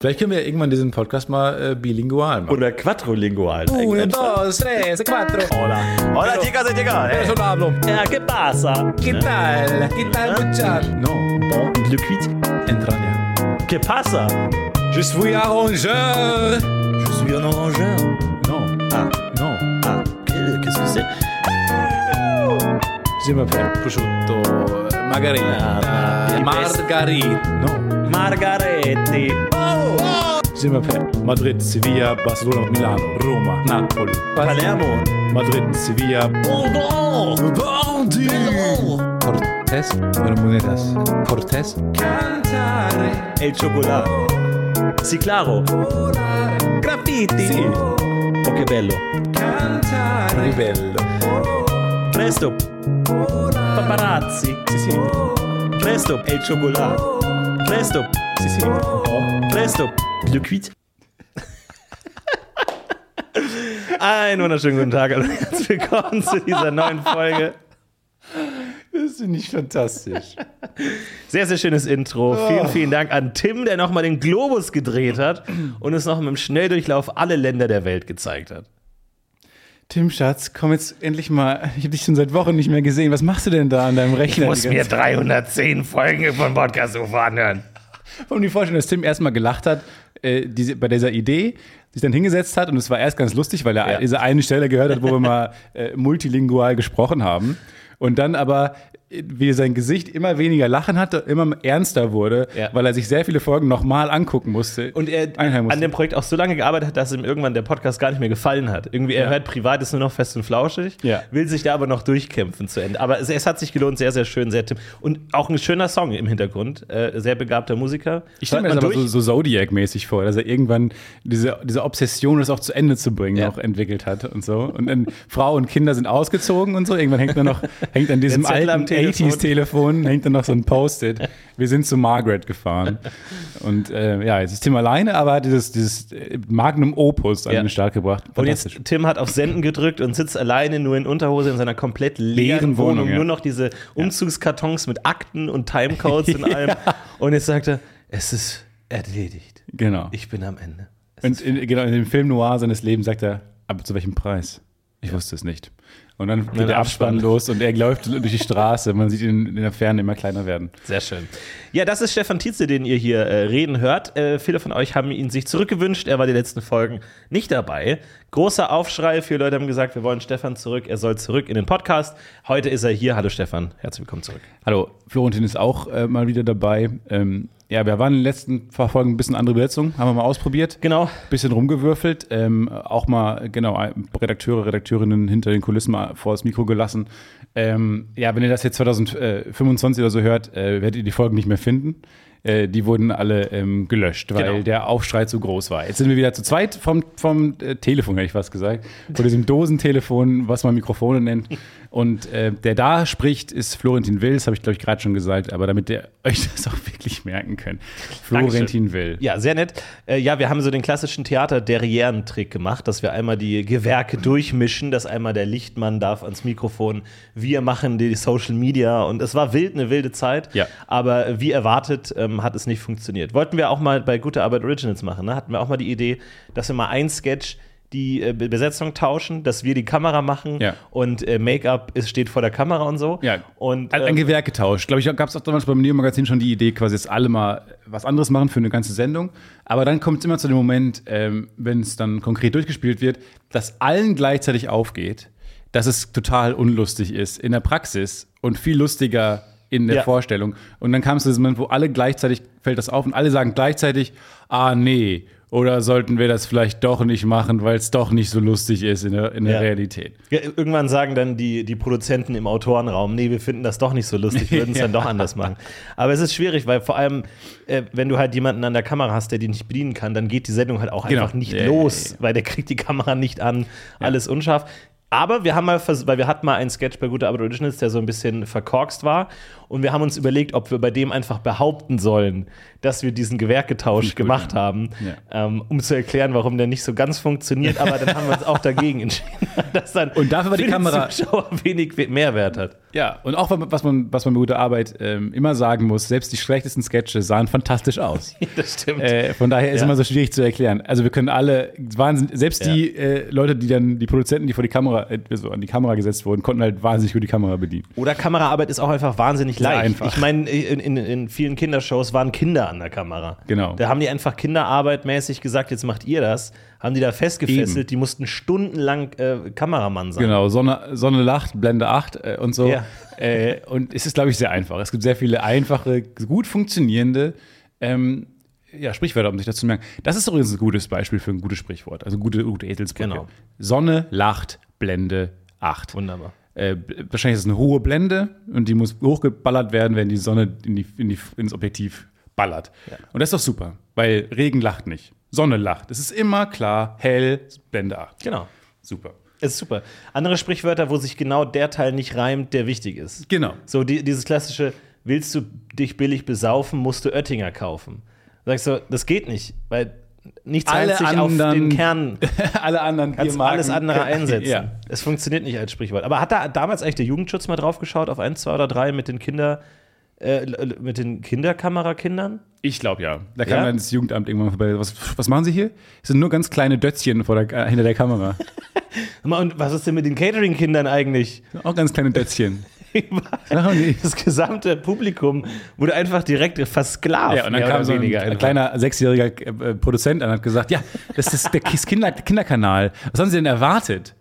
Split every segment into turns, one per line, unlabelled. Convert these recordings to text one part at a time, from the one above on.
Vielleicht können wir ja irgendwann diesen Podcast mal äh, bilingual machen.
Oder quadrilingual.
Uno, dos, tres, cuatro.
Hola. Hola, chicas y chicas.
Eh,
Eh,
sono Pablo.
Eh, che passa? Eh.
Che tal? Che tal, muchacho? No,
Bon, le cuit.
entraña.
Che passa?
Je suis arrangeur.
Je suis un orangeur.
Non,
Ah,
non.
ah, que- qu'est-ce que c'est
Je m'appelle prosciutto, eh, margarita,
Ah,
margarita. No,
Margaretti.
je m'appelle Madrid, Sevilla, Barcelona, Milano, Roma, Napoli,
Palermo.
Madrid, Sevilla,
Bordeaux.
Bondi.
Bordeaux.
Cortés, Bermudas, Cortés. Cantare,
E il cioccolato. Sì, claro.
volare,
Graffiti.
Sì.
Oh, che bello.
cantare. Ribello.
Presto. Paparazzi.
Sì, sì,
Presto. Oh. E il cioccolato. Presto.
sì, sì.
Presto. Le cuit. Einen wunderschönen guten Tag und herzlich willkommen zu dieser neuen Folge.
Das finde ich fantastisch.
Sehr, sehr schönes Intro. Vielen, vielen Dank an Tim, der nochmal den Globus gedreht hat und uns noch mit dem Schnelldurchlauf alle Länder der Welt gezeigt hat.
Tim Schatz, komm jetzt endlich mal. Ich habe dich schon seit Wochen nicht mehr gesehen. Was machst du denn da an deinem Rechner?
Ich muss
die ganze
mir 310 Folgen von Podcast UFO anhören.
Vor allem die Vorstellung, dass Tim erstmal gelacht hat äh, diese, bei dieser Idee, sich dann hingesetzt hat und es war erst ganz lustig, weil er
Ja.
diese eine Stelle gehört hat, wo wir mal äh, multilingual gesprochen haben. Und dann aber, äh, wie sein Gesicht immer weniger Lachen hatte, immer ernster wurde,
Ja.
weil er sich sehr viele Folgen nochmal angucken musste.
Und er
Einheim musste.
an dem Projekt auch so lange gearbeitet hat, dass ihm irgendwann der Podcast gar nicht mehr gefallen hat. Irgendwie, er
Ja.
hört privat ist nur noch fest und flauschig,
Ja.
will sich da aber noch durchkämpfen zu Ende. Aber es, es hat sich gelohnt, sehr, sehr schön, sehr Tim. Und auch ein schöner Song im Hintergrund, äh, sehr begabter Musiker.
ich stelle mir
Hört
das
man
aber so, so Zodiac-mäßig vor, dass er irgendwann diese, diese Obsession, das auch zu Ende zu bringen,
Ja.
auch entwickelt hat und so. Und dann Frau und Kinder sind ausgezogen und so. Irgendwann hängt dann noch, hängt an diesem alten
Zettel am Telefon.
80s-Telefon, hängt dann noch so ein Post-it. Wir sind zu Margaret gefahren. Und äh, ja, jetzt ist Tim alleine, aber hat dieses, dieses äh, Magnum Opus an
Ja.
den Start gebracht.
Und jetzt, Tim hat auf Senden gedrückt und sitzt alleine nur in Unterhose in seiner komplett leeren
Leeren Wohnung,
Wohnung.
ja.
Nur noch diese Umzugskartons mit Akten und Timecodes und allem. Und jetzt sagt er, es ist erledigt.
genau.
Ich bin am Ende.
Und in, genau, in dem Film Noir seines Lebens sagt er, aber zu welchem Preis? Ich wusste es nicht. Und dann geht
der
der Abspann
Abspann.
los und er läuft durch die Straße. Man sieht ihn in der Ferne immer kleiner werden.
Sehr schön. Ja, das ist Stefan Tietze, den ihr hier äh, reden hört. Äh, viele von euch haben ihn sich zurückgewünscht. Er war die letzten Folgen nicht dabei. Großer Aufschrei. Viele Leute haben gesagt, wir wollen Stefan zurück. Er soll zurück in den Podcast. Heute ist er hier. Hallo Stefan. Herzlich willkommen zurück.
Hallo, Florentin ist auch äh, mal wieder dabei. Ähm, ja, wir waren in den letzten paar Folgen ein bisschen andere Besetzung, haben wir mal ausprobiert.
Genau.
Bisschen rumgewürfelt, ähm, auch mal, genau, Redakteure, Redakteurinnen hinter den Kulissen mal vor das Mikro gelassen. Ähm, ja, wenn ihr das jetzt 2025 oder so hört, äh, werdet ihr die Folgen nicht mehr finden. Äh, die wurden alle ähm, gelöscht, weil
Genau.
der Aufschrei zu groß war. Jetzt sind wir wieder zu zweit vom, vom äh, Telefon, hätte ich fast gesagt. Von diesem Dosentelefon, was man Mikrofone nennt. Und äh, der da spricht, ist Florentin Will. Das habe ich, glaube ich, gerade schon gesagt. Aber damit ihr euch das auch wirklich merken könnt. Florentin Will.
Ja, sehr nett. Äh, ja, wir haben so den klassischen Theater-Derrieren-Trick gemacht, dass wir einmal die Gewerke durchmischen, dass einmal der Lichtmann darf ans Mikrofon, wir machen die Social Media und es war wild, eine wilde Zeit.
Ja.
Aber wie erwartet ähm, hat es nicht funktioniert. Wollten wir auch mal bei Gute Arbeit Originals machen, ne? hatten wir auch mal die Idee, dass wir mal ein Sketch die äh, Be- Besetzung tauschen, dass wir die Kamera machen
Ja.
und äh, Make-up ist- steht vor der Kamera und so.
Ja.
Und,
Also ein
ähm,
Gewerk getauscht. Glaube ich, gab es auch damals beim Neo-Magazin schon die Idee, quasi jetzt alle mal was anderes machen für eine ganze Sendung. Aber dann kommt es immer zu dem Moment, ähm, wenn es dann konkret durchgespielt wird, dass allen gleichzeitig aufgeht, dass es total unlustig ist in der Praxis und viel lustiger in der
Ja.
Vorstellung. Und dann kam es zu diesem Moment, wo alle gleichzeitig fällt das auf und alle sagen gleichzeitig, ah nee, oder sollten wir das vielleicht doch nicht machen, weil es doch nicht so lustig ist in der, in der
Ja.
Realität.
Ja, irgendwann sagen dann die, die Produzenten im Autorenraum, nee, wir finden das doch nicht so lustig, würden es dann doch anders machen. Aber es ist schwierig, weil vor allem, äh, wenn du halt jemanden an der Kamera hast, der die nicht bedienen kann, dann geht die Sendung halt auch
Genau.
einfach nicht
Ja, ja,
los,
ja,
weil der kriegt die Kamera nicht an, alles unscharf. Aber wir haben mal, vers- weil wir hatten mal einen Sketch bei Gute Arbeit Originals, der so ein bisschen verkorkst war. Und wir haben uns überlegt, ob wir bei dem einfach behaupten sollen, dass wir diesen Gewerketausch
Finde ich gut,
gemacht
ja.
haben,
Ja.
ähm, um zu erklären, warum der nicht so ganz funktioniert. Aber dann haben wir uns auch dagegen entschieden, dass dann
Und dafür war die
für den
Kamera-
Zuschauer wenig we- Mehrwert hat.
Ja, und auch was man, was man bei guter Arbeit ähm, immer sagen muss, selbst die schlechtesten Sketche sahen fantastisch aus.
das stimmt.
Äh, von daher ist
Ja.
immer so schwierig zu erklären. Also wir können alle, Wahnsinn, selbst die äh, Leute, die dann, die Produzenten, die vor die Kamera, äh, so an die Kamera gesetzt wurden, konnten halt wahnsinnig gut die Kamera bedienen.
Oder Kameraarbeit ist auch einfach wahnsinnig
Sehr
leicht.
einfach.
Ich meine, in, in, in vielen Kindershows waren Kinder an der Kamera.
Genau.
Da haben die einfach Kinderarbeit mäßig gesagt, jetzt macht ihr das. Haben die da festgefesselt,
Eben.
die mussten stundenlang äh, Kameramann sein.
Genau, Sonne, Sonne lacht, Blende 8 äh, und so.
Ja.
Äh, und es ist, glaube ich, sehr einfach. Es gibt sehr viele einfache, gut funktionierende ähm, ja, Sprichwörter, um sich das zu merken. Das ist übrigens ein gutes Beispiel für ein gutes Sprichwort, also gute, gute Eselsbrücke.
Genau.
Sonne lacht, Blende 8.
Wunderbar.
Äh, b- wahrscheinlich ist es eine hohe Blende und die muss hochgeballert werden, wenn die Sonne in die, in die, ins Objektiv ballert. Und das ist doch super, weil Regen lacht nicht. Sonne lacht. Es ist immer klar, hell, Blende 8.
Genau.
Super.
Ist super. Andere Sprichwörter, wo sich genau der Teil nicht reimt, der wichtig ist.
Genau.
So die, dieses klassische, willst du dich billig besaufen, musst du Oettinger kaufen. Sagst du, das geht nicht, weil nichts
Alle
reimt sich auf den
anderen-
Kern.
alle anderen
Kannst
Biermarken-
alles andere einsetzen.
Ja.
Es funktioniert nicht als Sprichwort. Aber hat da damals eigentlich der Jugendschutz mal drauf geschaut auf eins, zwei oder drei mit den Kinder, äh, l- l- mit den Kinderkamerakindern?
Ich glaube ja. Da kam
Ja?
dann das Jugendamt irgendwann vorbei. Was, was machen Sie hier? Es sind nur ganz kleine Dötzchen vor der, äh, hinter der Kamera.
Sag mal, Und was ist denn mit den Catering-Kindern eigentlich?
Auch ganz kleine Dötzchen. Machen die.
Das gesamte Publikum wurde einfach direkt versklavt.
Ja, und dann
mehr
kam
oder
so ein
weniger einfach.
kleiner sechsjähriger äh, äh, Produzent an und hat gesagt, ja, das ist der Kis- Kinder, Kinderkanal. Was haben Sie denn erwartet?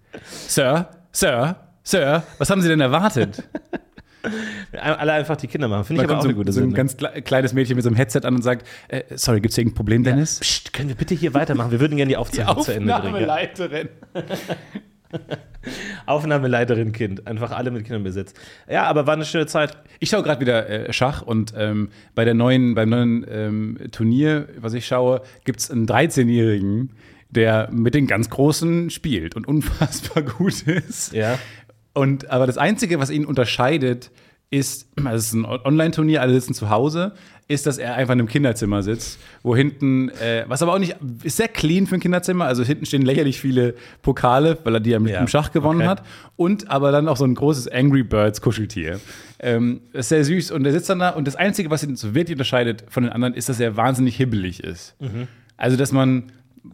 Sir, Sir, Sir, was haben Sie denn erwartet?
Alle einfach die Kinder machen. Finde
Da
ich aber
kommt
auch
so,
eine gute
so ein
Sendung.
ganz kle- kleines Mädchen mit so einem Headset an und sagt, äh, sorry, gibt es irgendein Problem, Dennis?
Psst, können wir bitte hier weitermachen? Wir würden gerne die Aufzeichnung zu Ende bringen. Ja.
Aufnahmeleiterin.
Aufnahmeleiterin, Kind. Einfach alle mit Kindern besetzt. Ja, aber war eine schöne Zeit.
Ich schaue gerade wieder äh, Schach und ähm, bei der neuen, beim neuen ähm, Turnier, was ich schaue, gibt es einen 13-Jährigen, der mit den ganz Großen spielt und unfassbar gut ist.
Ja.
Und, aber das Einzige, was ihn unterscheidet, ist, also es ist ein Online-Turnier, alle sitzen zu Hause, ist, dass er einfach in einem Kinderzimmer sitzt, wo hinten, äh, was aber auch nicht, ist sehr clean für ein Kinderzimmer, also hinten stehen lächerlich viele Pokale, weil er die ja mit
Ja,
dem Schach gewonnen
okay.
hat, und aber dann auch so ein großes Angry Birds Kuscheltier. Ähm, ist sehr süß und er sitzt dann da und das Einzige, was ihn so wirklich unterscheidet von den anderen, ist, dass er wahnsinnig hibbelig ist.
Mhm.
Also, dass man,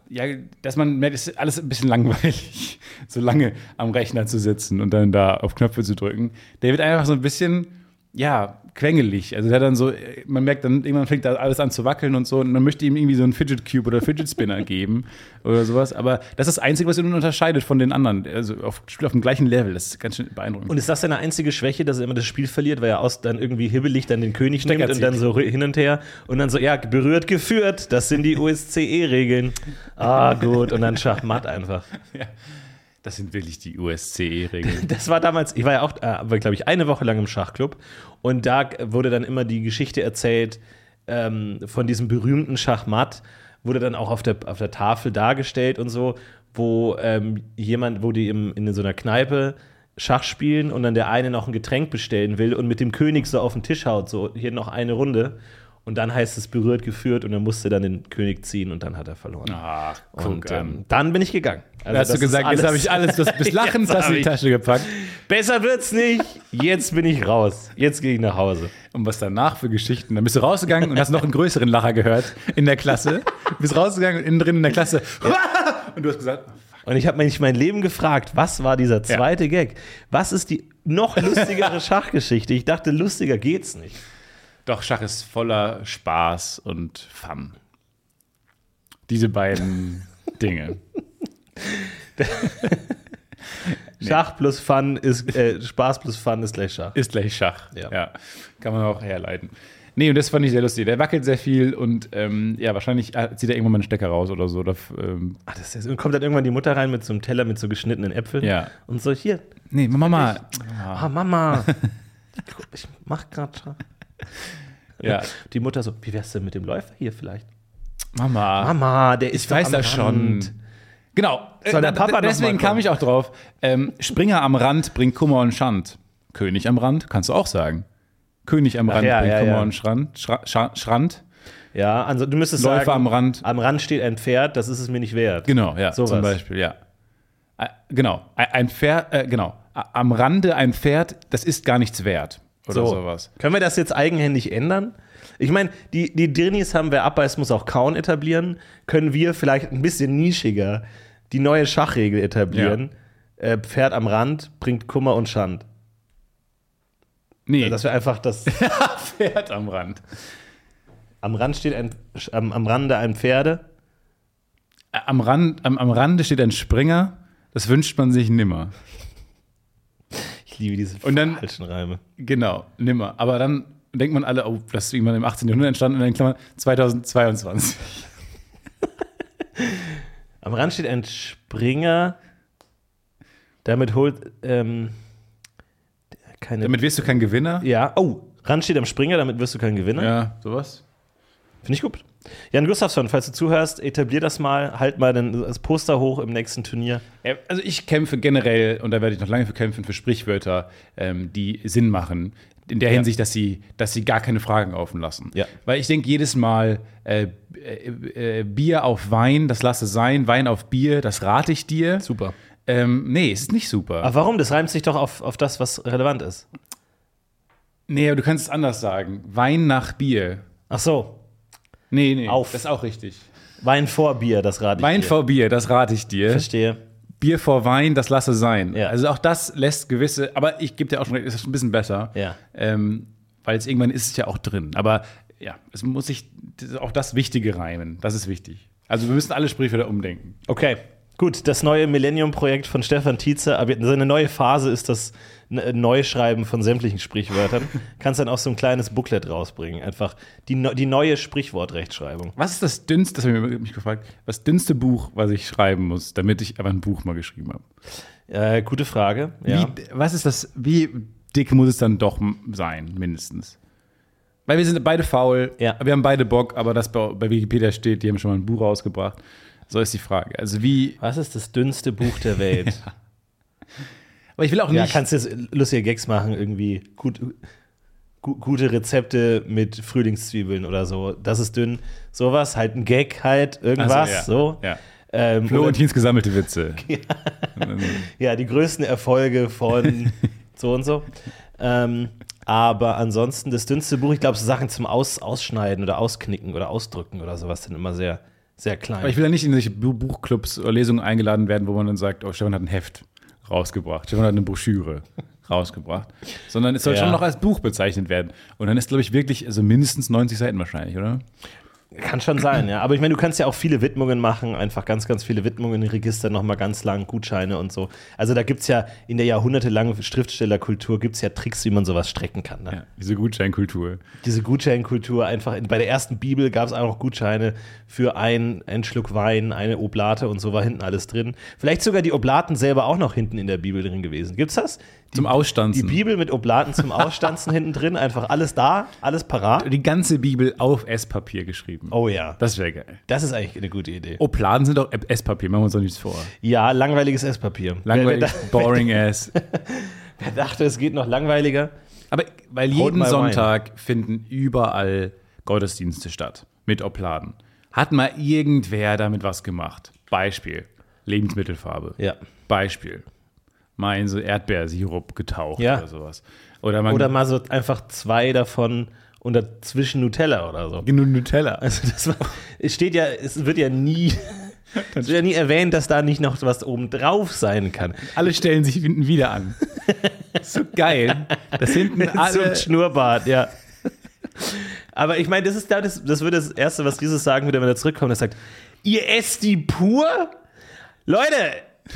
ja, dass man merkt, es ist alles ein bisschen langweilig, so lange am Rechner zu sitzen und dann da auf Knöpfe zu drücken. Der wird einfach so ein bisschen, ja, quengelig. Also der hat dann so, äh, man merkt dann, irgendwann fängt da alles an zu wackeln und so und man möchte ihm irgendwie so einen Fidget Cube oder Fidget Spinner geben oder sowas. Aber das ist das Einzige, was ihn unterscheidet von den anderen. Also auf, spielt auf dem gleichen Level. Das ist ganz schön beeindruckend.
Und ist das seine einzige Schwäche, dass er immer das Spiel verliert, weil er aus dann irgendwie hibbelig dann den König
Stecker
nimmt und
zieht.
dann so hin und her und dann so, ja, berührt, geführt, das sind die OSCE-Regeln. Ah, gut, und dann Schachmatt einfach.
das sind wirklich die
E
USCE-Regeln.
Das war damals, ich war ja auch, äh, glaube ich, eine Woche lang im Schachclub und da wurde dann immer die Geschichte erzählt ähm, von diesem berühmten Schachmatt, wurde dann auch auf der, auf der Tafel dargestellt und so, wo ähm, jemand, wo die im, in so einer Kneipe Schach spielen und dann der eine noch ein Getränk bestellen will und mit dem König so auf den Tisch haut, so hier noch eine Runde. Und dann heißt es berührt, geführt und er musste dann den König ziehen und dann hat er verloren.
Ach, guck
und
an.
ähm, dann bin ich gegangen. Also,
Da hast
das
du
ist
gesagt, jetzt
alles-
habe ich alles das bis Lachens
Jetzt
hast du
hab
in die
ich-
Tasche gepackt.
Besser wird's nicht. Jetzt bin ich raus. Jetzt gehe ich nach Hause.
Und was danach für Geschichten. Dann bist du rausgegangen und hast noch einen größeren Lacher gehört in der Klasse. Bist rausgegangen und innen drin in der Klasse. Und du hast gesagt,
Und ich habe mich mein Leben gefragt, was war dieser zweite Gag? Was ist die noch lustigere Schachgeschichte? Ich dachte, lustiger geht's nicht.
doch, Schach ist voller Spaß und Fun. Diese beiden Dinge.
Schach plus Fun ist äh, Spaß plus Fun ist gleich Schach.
Ist gleich Schach.
Ja.
Kann man auch herleiten. Nee, und das fand ich sehr lustig. Der wackelt sehr viel und ähm, ja, wahrscheinlich äh, zieht er irgendwann mal einen Stecker raus oder so. Oder, f- ähm,
Ach, Ah, das ist, und kommt dann irgendwann die Mutter rein mit so einem Teller mit so geschnittenen Äpfeln
Ja.
und so hier.
nee, Mama.
Ah, Mama. Ich mach grad Schach.
Ja,
Die Mutter so, wie wär's denn mit dem Läufer hier vielleicht?
Mama.
Mama, der ist
Ich
doch
weiß
am
das schon.
Rand.
Genau.
Soll der
Äh,
Papa noch mal
deswegen
kommen?
kam ich auch drauf. Ähm, Springer am Rand bringt Kummer und Schand. König am Rand, kannst du auch sagen. König am Rand
ja,
bringt
ja,
Kummer
ja.
und Schand. Schra Scha- Schand.
Ja, also du müsstest
Läufer
sagen,
am Rand.
Am Rand steht ein Pferd, das ist es mir nicht wert.
Genau, ja.
Sowas.
Zum Beispiel, ja. Äh, Genau, ein- ein Pferd, äh, genau. am Rande ein Pferd, das ist gar nichts wert. Oder
so.
sowas.
Können wir das jetzt eigenhändig ändern? Ich meine, die, die Dirnis haben wir ab, es muss auch Kauen etablieren. Können wir vielleicht ein bisschen nischiger die neue Schachregel etablieren? Äh, Pferd am Rand bringt Kummer und Schand.
Nee,
Dass wir einfach das
Pferd am Rand.
am Rand steht ein am, am Rande ein Pferde.
Ä- Am, Rand, am, am Rande steht ein Springer, das wünscht man sich nimmer.
Ich liebe diese
Und dann-
falschen Reime.
Genau, nimmer. Aber dann denkt man alle, oh, das ist irgendwann im 18. Jahrhundert entstanden und dann in Klammern 2022.
Am Rand steht ein Springer. Damit holt ähm, keine.
Damit wirst du kein Gewinner.
ja, oh, Rand steht am Springer, damit wirst du kein Gewinner.
Ja, sowas.
Finde ich gut. Jan Gustafsson, falls du zuhörst, etablier das mal, halt mal den- das Poster hoch im nächsten Turnier.
Ja, Also ich kämpfe generell, und da werde ich noch lange für kämpfen, für Sprichwörter, ähm, die Sinn machen. In der Hinsicht, dass sie, dass sie gar keine Fragen offen lassen.
Ja.
Weil ich denke, jedes Mal äh, äh, äh, Bier auf Wein, das lasse sein, Wein auf Bier, das rate ich dir.
Super.
Ähm, nee, es ist nicht super.
Aber warum? Das reimt sich doch auf, auf das, was relevant ist.
Nee, aber du kannst es anders sagen. Wein nach Bier.
Ach so,
Nee, nee.
Auf.
Das ist auch richtig.
Wein vor Bier, das rate ich
Wein
dir.
vor Bier, das rate ich dir.
Verstehe.
Bier vor Wein, das lasse sein.
Ja.
Also auch das lässt gewisse, aber ich gebe dir auch schon recht, es ist ein bisschen besser.
Ja.
Ähm, Weil es irgendwann ist es ja auch drin. Aber ja, es muss sich das- auch das Wichtige reimen. Das ist wichtig. Also wir müssen alle Sprichwörter umdenken.
Okay, gut. Das neue Millennium-Projekt von Stefan Tietze, aber seine neue Phase ist das N- Neuschreiben von sämtlichen Sprichwörtern. Kannst dann auch so ein kleines Booklet rausbringen. Einfach die, ne- die neue Sprichwortrechtschreibung.
Was ist das dünnste, das habe ich mich gefragt, das dünnste Buch, was ich schreiben muss, damit ich einfach ein Buch mal geschrieben habe?
Äh, gute Frage. Ja.
Wie, was ist das, wie dick muss es dann doch m- sein, mindestens? Weil wir sind beide faul,
Ja.
wir haben beide Bock, aber das bei, bei Wikipedia steht, die haben schon mal ein Buch rausgebracht. So ist die Frage. Also wie,
Was ist das dünnste Buch der Welt?
aber ich will auch
Ja,
nicht.
kannst jetzt lustige Gags machen, irgendwie gut, gu, gute Rezepte mit Frühlingszwiebeln oder so. Das ist dünn. Sowas, halt ein Gag, halt irgendwas.
ja.
so.
Ja.
Ähm,
Flo
oder,
und Tins gesammelte Witze.
ja, die größten Erfolge von so und so. Ähm, aber ansonsten, das dünnste Buch, ich glaube, so Sachen zum Aus, Ausschneiden oder Ausknicken oder Ausdrücken oder sowas sind immer sehr, sehr klein.
Aber ich will ja nicht in solche Bu- Buchclubs oder Lesungen eingeladen werden, wo man dann sagt, oh, Stefan hat ein Heft rausgebracht, Stefan hat eine Broschüre rausgebracht. Sondern es soll
Ja.
schon noch als Buch bezeichnet werden. Und dann ist, glaube ich, wirklich, also mindestens 90 Seiten wahrscheinlich, oder?
Kann schon sein, ja. Aber ich meine, du kannst ja auch viele Widmungen machen, einfach ganz, ganz viele Widmungen, Register nochmal ganz lang, Gutscheine und so. Also da gibt es ja in der jahrhundertelangen Schriftstellerkultur gibt es ja Tricks, wie man sowas strecken kann. Ne?
Ja. Diese Gutscheinkultur.
Diese Gutscheinkultur, einfach in, bei der ersten Bibel gab es auch noch Gutscheine für ein, einen Schluck Wein, eine Oblate und so war hinten alles drin. Vielleicht sogar die Oblaten selber auch noch hinten in der Bibel drin gewesen. Gibt's das?
Zum
Die
Ausstanzen.
Bibel mit Oblaten zum Ausstanzen hinten drin, einfach alles da, alles parat.
die ganze Bibel auf Esspapier geschrieben.
Oh ja,
Das wäre geil.
das ist eigentlich eine gute Idee.
Opladen sind doch Esspapier, machen wir uns doch nichts vor.
Ja, langweiliges Esspapier.
Langweilig,
Wer, wer, da-
boring ass.
wer dachte, es geht noch langweiliger?
Aber weil
Hold
jeden
my wine.
Sonntag finden überall Gottesdienste statt mit Opladen. Hat mal irgendwer damit was gemacht? Beispiel: Lebensmittelfarbe.
Ja.
Beispiel: mal in so Erdbeersirup getaucht
Ja.
oder sowas. Oder man
Oder mal so einfach zwei davon und dazwischen Nutella oder so.
genug Nutella.
Also das war, es steht ja, es wird ja nie, es wird ja nie erwähnt, dass da nicht noch was obendrauf sein kann.
Alle stellen sich hinten wieder an. so geil. Das hinten
Zum
alle.
Schnurrbart, ja. Aber ich meine, das ist da, das, das würde das Erste, was Jesus sagen würde, wenn er zurückkommt, er sagt, ihr esst die pur? Leute,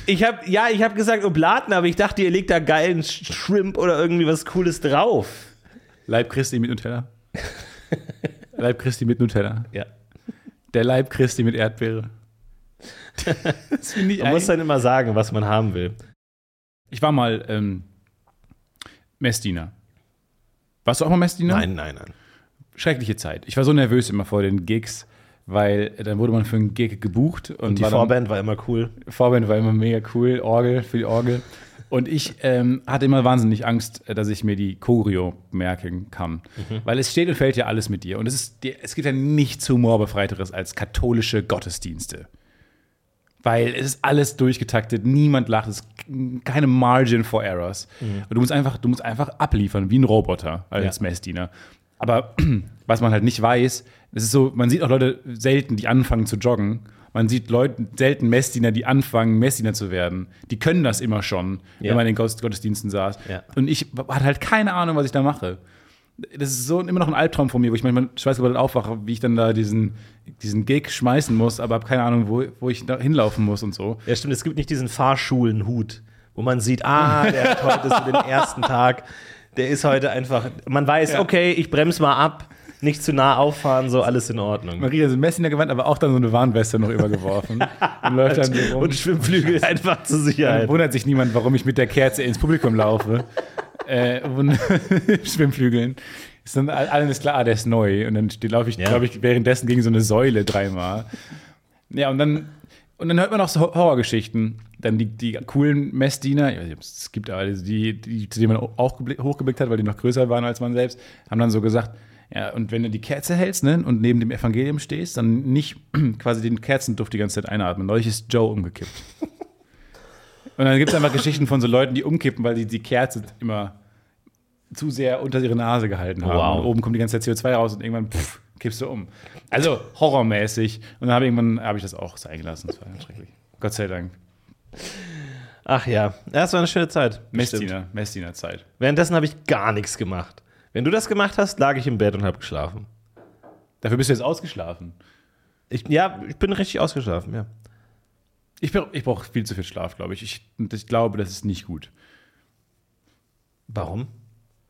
ich habe ja, ich habe gesagt Oblaten, aber ich dachte, ihr legt da geilen Sch- Shrimp oder irgendwie was Cooles drauf.
Leib Christi mit Nutella. Leib Christi mit Nutella.
Ja.
Der Leib Christi mit Erdbeere. das finde ich
Man muss
eigentlich-
dann immer sagen, was man haben will.
halt- Ich war mal ähm, Messdiener. Warst du auch mal Messdiener?
nein, nein.
Schreckliche Zeit. Ich war so nervös immer vor den Gigs, weil äh, dann wurde man für einen Gig gebucht und,
Die
war dann-
Vorband war immer cool.
Vorband war immer mega cool, Orgel für die Orgel. Und ich ähm, hatte immer wahnsinnig Angst, äh, dass ich mir die Choreo merken kann. Weil es steht und fällt ja alles mit dir. Und es, ist, dir- es gibt ja nichts Humorbefreiteres als katholische Gottesdienste. Weil es ist alles durchgetaktet, niemand lacht, es ist keine Margin for Errors. Und du musst einfach, du musst einfach abliefern, wie ein Roboter als
Mhm. Ja.
Messdiener. Aber was man halt nicht weiß, es ist so, man sieht auch Leute selten, die anfangen zu joggen. Man sieht Leute selten Messdiener, die anfangen, Messdiener zu werden. Die können das immer schon,
Ja.
wenn man in Gottes- Gottesdiensten saß.
Ja.
Und ich hatte halt keine Ahnung, was ich da mache das ist so immer noch ein Albtraum von mir, wo ich manchmal schweißgebadet aufwache, wie ich dann da diesen, diesen Gig schmeißen muss, aber habe keine Ahnung, wo, wo ich da hinlaufen muss und so.
Ja, stimmt, es gibt nicht diesen Fahrschulenhut, wo man sieht, ah, der hat heute so den ersten Tag, der ist heute einfach, man weiß,
Ja.
okay, ich bremse mal ab, nicht zu nah auffahren, so alles in Ordnung.
Maria ist ein Messiner gewandt, aber auch dann so eine Warnweste noch übergeworfen. und läuft dann so rum.
Und Schwimmflügel einfach zur Sicherheit.
Dann wundert sich niemand, warum ich mit der Kerze ins Publikum laufe. äh, und Schwimmflügeln. Ist dann all- allen ist klar, ah, der ist neu. Und dann ste- laufe ich,
Ja.
glaube ich, währenddessen gegen so eine Säule dreimal. Ja, und dann, und dann hört man auch so Hor- Horrorgeschichten. Dann die, die coolen Messdiener, ich weiß nicht, ob es es gibt, aber die, die, zu denen man auch gebli- hochgeblickt hat, weil die noch größer waren als man selbst, haben dann so gesagt, ja, und wenn du die Kerze hältst ne, und neben dem Evangelium stehst, dann nicht quasi den Kerzenduft die ganze Zeit einatmen. Neulich ist Joe umgekippt. Und dann gibt es einfach Geschichten von so Leuten, die umkippen, weil die die Kerze immer zu sehr unter ihre Nase gehalten haben.
Wow.
Und oben kommt die ganze Zeit CO2 raus und irgendwann pff, kippst du um. Also horrormäßig. Und dann habe ich irgendwann habe ich das auch sein gelassen. Das war ganz schrecklich. Gott sei Dank.
Ach ja, das war eine schöne Zeit. Bestimmt.
Messdiener, Messdiener Zeit.
Währenddessen habe ich gar nichts gemacht. Wenn du das gemacht hast, lag ich im Bett und habe geschlafen.
Dafür bist du jetzt ausgeschlafen.
Ich, ja, ich bin richtig ausgeschlafen, ja.
Ich, brauch- ich brauche viel zu viel Schlaf, glaube ich. ich. und Ich glaube, das ist nicht gut.
Warum?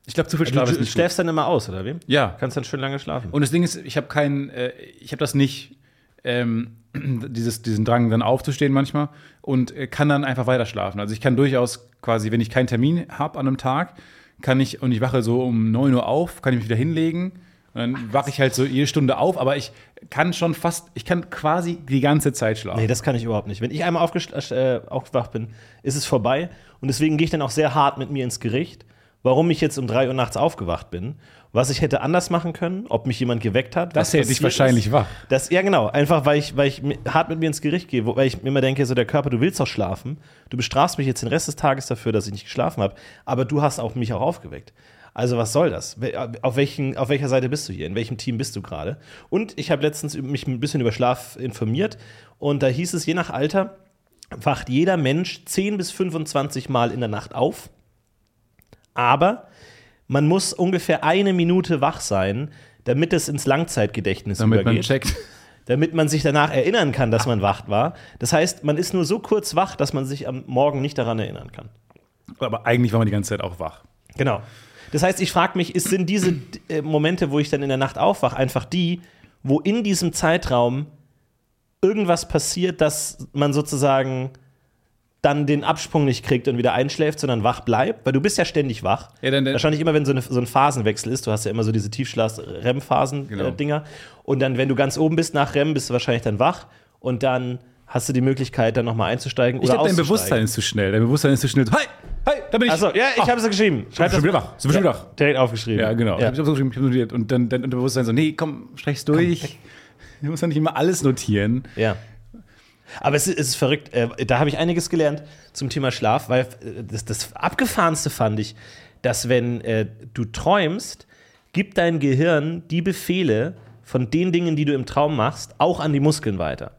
Ich glaube, zu viel
Also Du,
Schlaf ist
du
nicht gut.
schläfst dann immer aus, oder wie?
Ja.
Kannst dann schön lange schlafen.
Und das Ding ist, ich habe keinen, äh, ich habe das nicht, ähm, dieses, diesen Drang dann aufzustehen manchmal und äh, kann dann einfach weiter schlafen. Also ich kann durchaus quasi, wenn ich keinen Termin habe an einem Tag, kann ich, und ich wache so um 9 Uhr auf, kann ich mich wieder hinlegen und dann wache ich halt so jede Stunde auf, aber ich kann schon fast, ich kann quasi die ganze Zeit schlafen.
Nee, das kann ich überhaupt nicht. Wenn ich einmal aufgest- äh, aufgewacht bin, ist es vorbei. Und deswegen gehe ich dann auch sehr hart mit mir ins Gericht, warum ich jetzt um 3 Uhr nachts aufgewacht bin, was ich hätte anders machen können, ob mich jemand geweckt hat.
Das
was
hält dich
passiert
wahrscheinlich wach.
Das, ja, genau. Einfach, weil ich, weil ich mi- hart mit mir ins Gericht gehe, wo- weil ich mir immer denke, so der Körper, du willst doch schlafen. Du bestrafst mich jetzt den Rest des Tages dafür, dass ich nicht geschlafen habe. Aber du hast auch mich auch aufgeweckt. Also was soll das? Wel- Auf, welchen, auf welcher Seite bist du hier? In welchem Team bist du gerade? Und ich habe letztens üb- mich ein bisschen über Schlaf informiert und da hieß es, je nach Alter wacht jeder Mensch 10 bis 25 Mal in der Nacht auf. Aber man muss ungefähr eine Minute wach sein, damit es ins Langzeitgedächtnis
damit man
übergeht
checkt.
damit man sich danach erinnern kann, dass man wach war. Das heißt, man ist nur so kurz wach, dass man sich am Morgen nicht daran erinnern kann.
Aber eigentlich war man die ganze Zeit auch wach.
Genau. Das heißt, ich frage mich, ist, sind diese äh, Momente, wo ich dann in der Nacht aufwache, einfach die, wo in diesem Zeitraum irgendwas passiert, dass man sozusagen dann den Absprung nicht kriegt und wieder einschläft, sondern wach bleibt, weil du bist ja ständig wach.
Ja, dann- dann-
Wahrscheinlich immer, wenn so, eine, so ein Phasenwechsel ist, du hast ja immer so diese
Genau.
Tiefschlaf-REM-Phasen-Dinger. Und dann, wenn du ganz oben bist nach REM, bist du wahrscheinlich dann wach und dann hast du die Möglichkeit, dann nochmal einzusteigen
Ich
oder
glaube, dein
auszusteigen.
Bewusstsein ist zu schnell. Dein Bewusstsein ist zu schnell. Hi, hi, da bin ich. Ah.
Achso, ja, ich habe es geschrieben. Schreib
Schon
das
wieder wach. Sind wir schon wieder wach.
direkt aufgeschrieben.
Ja, genau. Ich
Ja.
hab's auch so geschrieben, ich hab's notiert. Und dann dein Unterbewusstsein so, nee, komm, streich's durch. Du musst ja nicht immer alles notieren.
Ja. Aber es ist, es ist verrückt. Äh, Da habe ich einiges gelernt zum Thema Schlaf, weil äh, das, das Abgefahrenste fand ich, dass wenn äh, du träumst, gibt dein Gehirn die Befehle von den Dingen, die du im Traum machst, auch an die Muskeln weiter.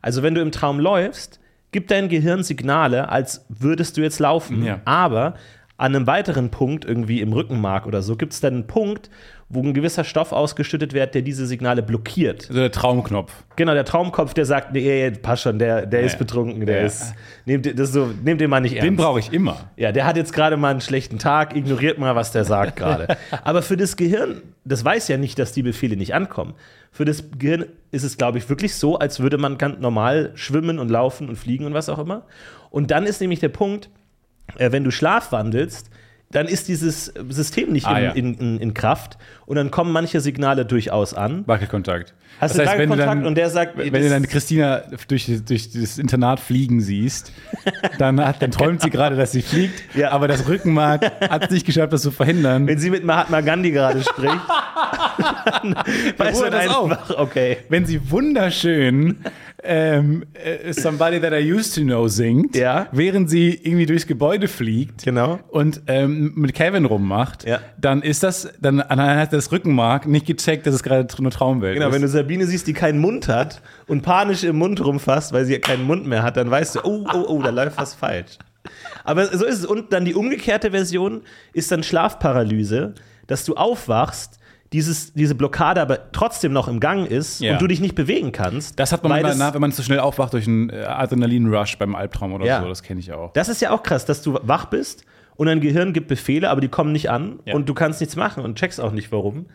Also wenn du im Traum läufst, gibt dein Gehirn Signale, als würdest du jetzt laufen.
Ja.
Aber an einem weiteren Punkt, irgendwie im Rückenmark oder so, gibt es dann einen Punkt, wo ein gewisser Stoff ausgeschüttet wird, der diese Signale blockiert.
So Also der Traumknopf.
Genau, der Traumkopf, der sagt, nee, passt schon, der, der ist betrunken, der
Ja.
ist. Nehmt, das ist so, nehmt den mal nicht ernst.
Den brauche ich immer.
ja, der hat jetzt gerade mal einen schlechten Tag, ignoriert mal, was der sagt gerade. Aber für das Gehirn, das weiß ja nicht, dass die Befehle nicht ankommen. Für das Gehirn ist es, glaube ich, wirklich so, als würde man ganz normal schwimmen und laufen und fliegen und was auch immer. Und dann ist nämlich der Punkt, äh, wenn du schlafwandelst, dann ist dieses System nicht
Ah,
in,
ja.
in, in, in Kraft und dann kommen manche Signale durchaus an.
Wackelkontakt.
Hast du
wenn du
Kontakt
dann,
und der sagt,
wenn
das-
du dann Christina durch, durch das Internat fliegen siehst, dann, hat, dann träumt sie gerade, dass sie fliegt,
Ja.
aber das Rückenmark hat es nicht geschafft, das zu verhindern.
Wenn sie mit Mahatma Gandhi gerade spricht, dann weiß
Ruhe
man
das
einfach, okay.
Wenn sie wunderschön ähm, äh, Somebody That I Used to Know singt,
Ja.
während sie irgendwie durchs Gebäude fliegt
Genau.
und ähm, mit Kevin rummacht,
Ja.
dann ist das, dann, dann hat das Rückenmark nicht gecheckt, dass es gerade eine Traumwelt
Genau,
ist.
wenn du Sabine siehst, die keinen Mund hat und panisch im Mund rumfasst, weil sie keinen Mund mehr hat, dann weißt du, oh, oh, oh, da läuft was falsch. Aber so ist es. Und dann die umgekehrte Version ist dann Schlafparalyse, dass du aufwachst, dieses, diese Blockade aber trotzdem noch im Gang ist
Ja.
und du dich nicht bewegen kannst.
das hat man
weil
mal
das-
danach, wenn man zu schnell aufwacht durch einen äh, Adrenalin-Rush beim Albtraum oder
Ja.
so, das kenne ich auch.
Das ist ja auch krass, dass du wach bist und dein Gehirn gibt Befehle, aber die kommen nicht an
Ja.
und du kannst nichts machen und checkst auch nicht, warum.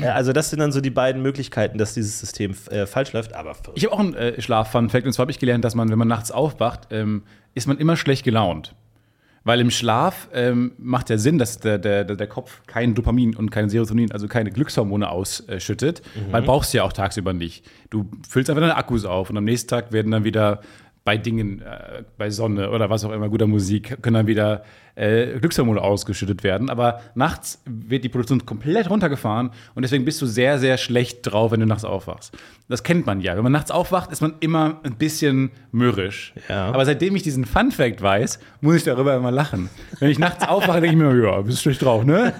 Äh, Also, das sind dann so die beiden Möglichkeiten, dass dieses System äh, falsch läuft, aber verrückt.
Ich habe auch einen äh, Schlaf-Fun-Fact und zwar habe ich gelernt, dass man, wenn man nachts aufwacht, ähm, ist man immer schlecht gelaunt. Weil im Schlaf ähm, macht ja Sinn, dass der, der, der der Kopf kein Dopamin und kein Serotonin, also keine Glückshormone ausschüttet, weil brauchst du ja auch tagsüber nicht. Du füllst einfach deine Akkus auf und am nächsten Tag werden dann wieder bei Dingen, äh, bei Sonne oder was auch immer, guter Musik, können dann wieder äh, Glückshormone ausgeschüttet werden. Aber nachts wird die Produktion komplett runtergefahren und deswegen bist du sehr, sehr schlecht drauf, wenn du nachts aufwachst. Das kennt man ja. Wenn man nachts aufwacht, ist man immer ein bisschen mürrisch.
Ja.
Aber seitdem ich diesen Fun Fact weiß, muss ich darüber immer lachen. Wenn ich nachts aufwache, denke ich mir, ja, bist schlecht drauf, ne?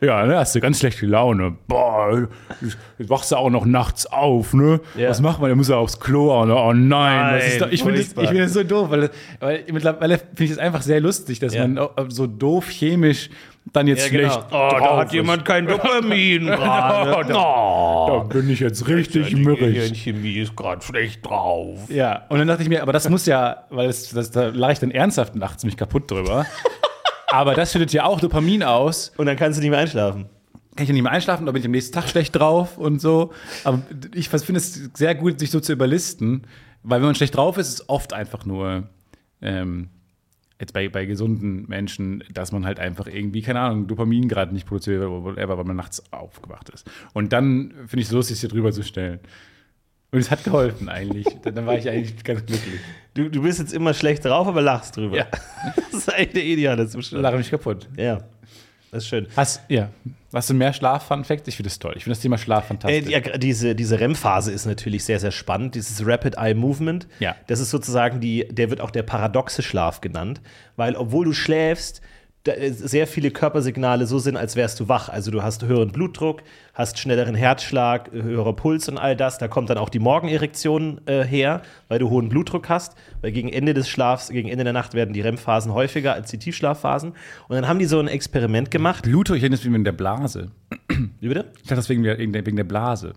Ja, ne, hast du ganz schlechte Laune. Boah, jetzt wachst du auch noch nachts auf, ne?
Ja.
Was macht man? Da muss er aufs Klo, hauen, ne? Oh nein, was ist da?
Nein,
Ich finde das,
furchtbar.
ich find das so doof, weil, weil mittlerweile finde ich das einfach sehr lustig, dass
Ja. genau.
man auch so doof chemisch dann jetzt schlecht
Oh,
ist.
kein Dopamin Ah,
gerade. Da oh, bin ich jetzt richtig mürrisch.
Chemie ist gerade schlecht drauf.
Ja, und dann dachte ich mir, aber das muss ja, weil das, das, da lache ich dann ernsthaft nachts mich kaputt drüber. aber das schüttet ja auch Dopamin aus.
Und dann kannst du nicht mehr einschlafen.
Kann ich ja nicht mehr einschlafen, da bin ich am nächsten Tag schlecht drauf und so. Aber ich finde es sehr gut, sich so zu überlisten, weil wenn man schlecht drauf ist, ist es oft einfach nur. Ähm, Jetzt bei, bei gesunden Menschen, dass man halt einfach irgendwie, keine Ahnung, Dopamin gerade nicht produziert wird, whatever, weil man nachts aufgewacht ist. Und dann finde ich es lustig, sich drüber zu stellen. Und es hat geholfen eigentlich. dann dann war ich eigentlich ganz glücklich.
Du, du bist jetzt immer schlecht drauf, aber lachst drüber.
Ja.
Das ist eigentlich der ideale Zustand.
lache mich kaputt.
Ja, das ist schön.
Hast, ja. Hast du mehr Schlaf-Fun-Facts? Ich finde das toll. Ich finde das Thema Schlaf
Äh,
fantastisch.
ja, gra- diese, diese REM-Phase ist natürlich sehr, sehr spannend. Dieses Rapid Eye Movement.
Ja.
Das ist sozusagen die, der wird auch der paradoxe Schlaf genannt, weil obwohl du schläfst, da äh, sehr viele Körpersignale so sind, als wärst du wach. Also du hast höheren Blutdruck, hast schnelleren Herzschlag, höherer Puls und all das. Da kommt dann auch die Morgenerektion äh, her, weil du hohen Blutdruck hast. Weil gegen Ende des Schlafs, gegen Ende der Nacht werden die REM-Phasen häufiger als die Tiefschlafphasen. Und dann haben die so ein Experiment gemacht.
Pluto, ich nenne es wegen der Blase.
Wie bitte?
Ich dachte, das wegen der, wegen der- wegen der Blase.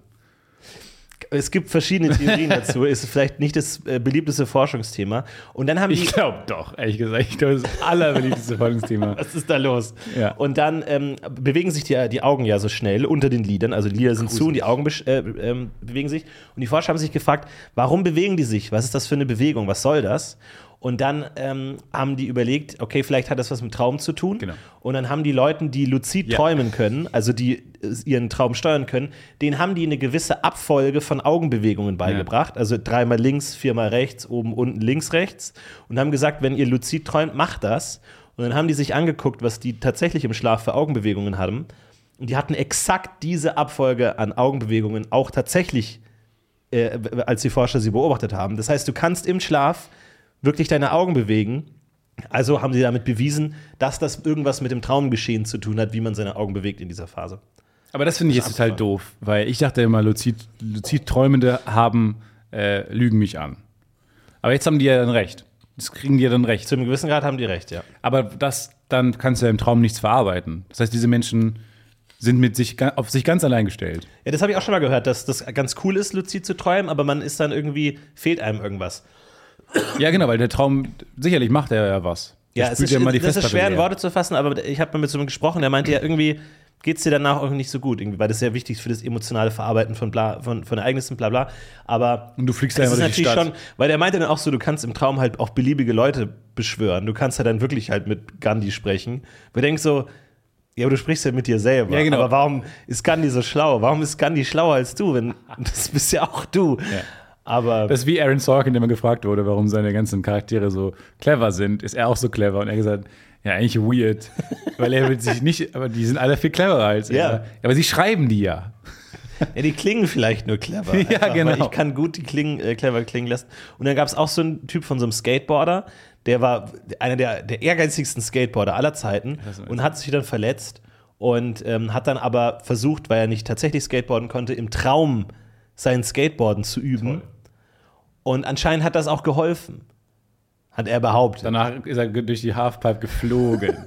Es gibt verschiedene Theorien dazu. Ist vielleicht nicht das äh, beliebteste Forschungsthema. Und dann haben die.
Ich glaube doch, ehrlich gesagt. Ich glaube, das ist das allerbeliebteste Folgenthema.
Was ist da los?
Ja.
Und dann ähm, bewegen sich die, die Augen ja so schnell unter den Lidern. Also die Lider sind zu und die Augen besch- äh, ähm, bewegen sich. Und die Forscher haben sich gefragt, warum bewegen die sich? Was ist das für eine Bewegung? Was soll das? Und dann ähm, haben die überlegt, okay, vielleicht hat das was mit Traum zu tun.
Genau.
Und dann haben die Leuten, die luzid
Ja.
träumen können, also die äh, ihren Traum steuern können, denen haben die eine gewisse Abfolge von Augenbewegungen beigebracht. Also dreimal links, viermal rechts, oben, unten, links, rechts. Und haben gesagt, wenn ihr luzid träumt, macht das. Und dann haben die sich angeguckt, was die tatsächlich im Schlaf für Augenbewegungen haben. Und die hatten exakt diese Abfolge an Augenbewegungen auch tatsächlich, äh, als die Forscher sie beobachtet haben. Das heißt, du kannst im Schlaf wirklich deine Augen bewegen. Also haben sie damit bewiesen, dass das irgendwas mit dem Traumgeschehen zu tun hat, wie man seine Augen bewegt in dieser Phase.
Aber das finde ich jetzt total doof, weil ich dachte immer, luzid, luzid Träumende haben, äh, lügen mich an. Aber jetzt haben die ja dann recht. Das kriegen die ja dann recht.
Zu einem gewissen Grad haben die recht, ja.
Aber das, dann kannst du ja im Traum nichts verarbeiten. Das heißt, diese Menschen sind mit sich, ga- auf sich ganz allein gestellt.
Ja, das habe ich auch schon mal gehört, dass das ganz cool ist, luzid zu träumen, aber man ist dann irgendwie, fehlt einem irgendwas.
Ja, genau, weil der Traum, sicherlich macht er ja was. Der
Ja, es
spült
ist,
mal die
das ist
Festplatte
schwer in
leer.
Worte zu fassen, aber ich habe mal mit so einem gesprochen, der meinte ja irgendwie, geht es dir danach auch nicht so gut, irgendwie, weil das ist ja wichtig für das emotionale Verarbeiten von, bla, von, von Ereignissen, bla bla. Aber
Und du fliegst
Das
einfach
ist
durch die
natürlich
Stadt.
schon, weil der meinte dann auch so, du kannst im Traum halt auch beliebige Leute beschwören. Du kannst ja dann wirklich halt mit Gandhi sprechen. Wir denken so, ja, aber du sprichst ja mit dir selber.
Ja, genau.
Aber warum ist Gandhi so schlau? Warum ist Gandhi schlauer als du? Wenn, das bist ja auch du. Aber
Das ist wie Aaron Sorkin, der mal gefragt wurde, warum seine ganzen Charaktere so clever sind. Ist er auch so clever? Und er hat gesagt, ja, eigentlich weird. weil er will sich nicht, aber die sind alle viel cleverer als
Ja.
er. Aber sie schreiben die ja.
Ja, die klingen vielleicht nur clever.
Ja,
einfach, weil
genau.
Ich kann gut die klingen, äh, clever klingen lassen. Und dann gab es auch so einen Typ von so einem Skateboarder, der war einer der, der ehrgeizigsten Skateboarder aller Zeiten und hat sich dann verletzt und ähm, hat dann aber versucht, weil er nicht tatsächlich skateboarden konnte, im Traum sein Skateboarden zu üben. Und anscheinend hat das auch geholfen. Hat er behauptet.
Danach ist er durch die Halfpipe geflogen.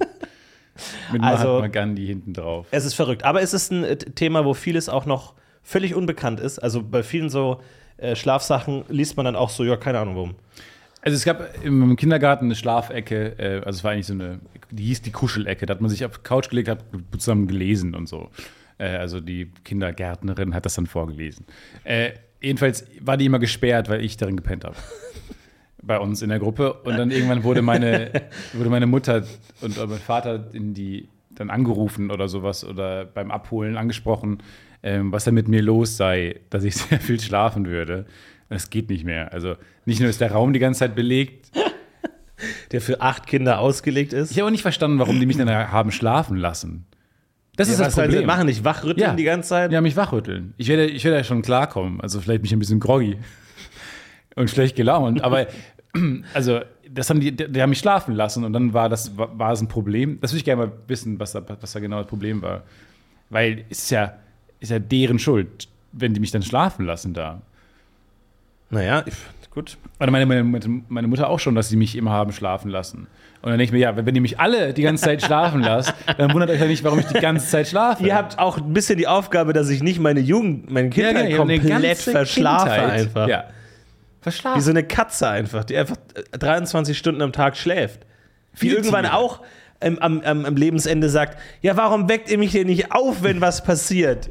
Mit
Also-
Mahatma Gandhi hinten drauf.
Es ist verrückt. Aber es ist ein äh, Thema, wo vieles auch noch völlig unbekannt ist. Also bei vielen so äh, Schlafsachen liest man dann auch so, ja, keine Ahnung warum.
Also es gab im Kindergarten eine Schlafecke, äh, also es war eigentlich so eine, die hieß die Kuschelecke. Da hat man sich auf die Couch gelegt, hat zusammen gelesen und so. Äh, also die Kindergärtnerin hat das dann vorgelesen. Äh, jedenfalls war die immer gesperrt, weil ich darin gepennt habe. Bei uns in der Gruppe. Und dann irgendwann wurde meine, wurde meine Mutter und mein Vater in die dann angerufen oder sowas oder beim Abholen angesprochen, ähm, was da mit mir los sei, dass ich sehr viel schlafen würde. Das geht nicht mehr. Also nicht nur ist der Raum die ganze Zeit belegt,
Der für acht Kinder ausgelegt ist.
ich habe auch nicht verstanden, warum die mich dann haben schlafen lassen. Das ist das
Was sollen sie
Problem.
machen nicht wachrütteln die ganze Zeit.
Ja, mich wachrütteln. Ich werde, ich werde ja schon klarkommen. Also vielleicht mich ein bisschen groggy und schlecht gelaunt. Aber also das haben die, die haben mich schlafen lassen und dann war das war, war es ein Problem. Das würde ich gerne mal wissen, was da, was da genau das Problem war, weil es ist ja ist ja deren Schuld, wenn die mich dann schlafen lassen da.
Naja, ich, gut.
Oder Also meine, meine, meine Mutter auch schon, dass sie mich immer haben schlafen lassen. Und dann denke ich mir, ja, wenn wenn ihr mich alle die ganze Zeit schlafen lasst, dann wundert euch ja nicht, warum ich die ganze Zeit schlafe.
Ihr habt auch ein bisschen die Aufgabe, dass ich nicht meine Jugend, meine
ja,
Kinder
genau, ich hab eine
komplett
ganze
verschlafe
Kindheit.
einfach.
Ja. Verschlafen.
Wie so eine Katze einfach, die einfach äh, 23 Stunden am Tag schläft. Die
Viel
irgendwann
zu.
auch ähm, am, am, am Lebensende sagt, ja, warum weckt ihr mich denn nicht auf, wenn was passiert?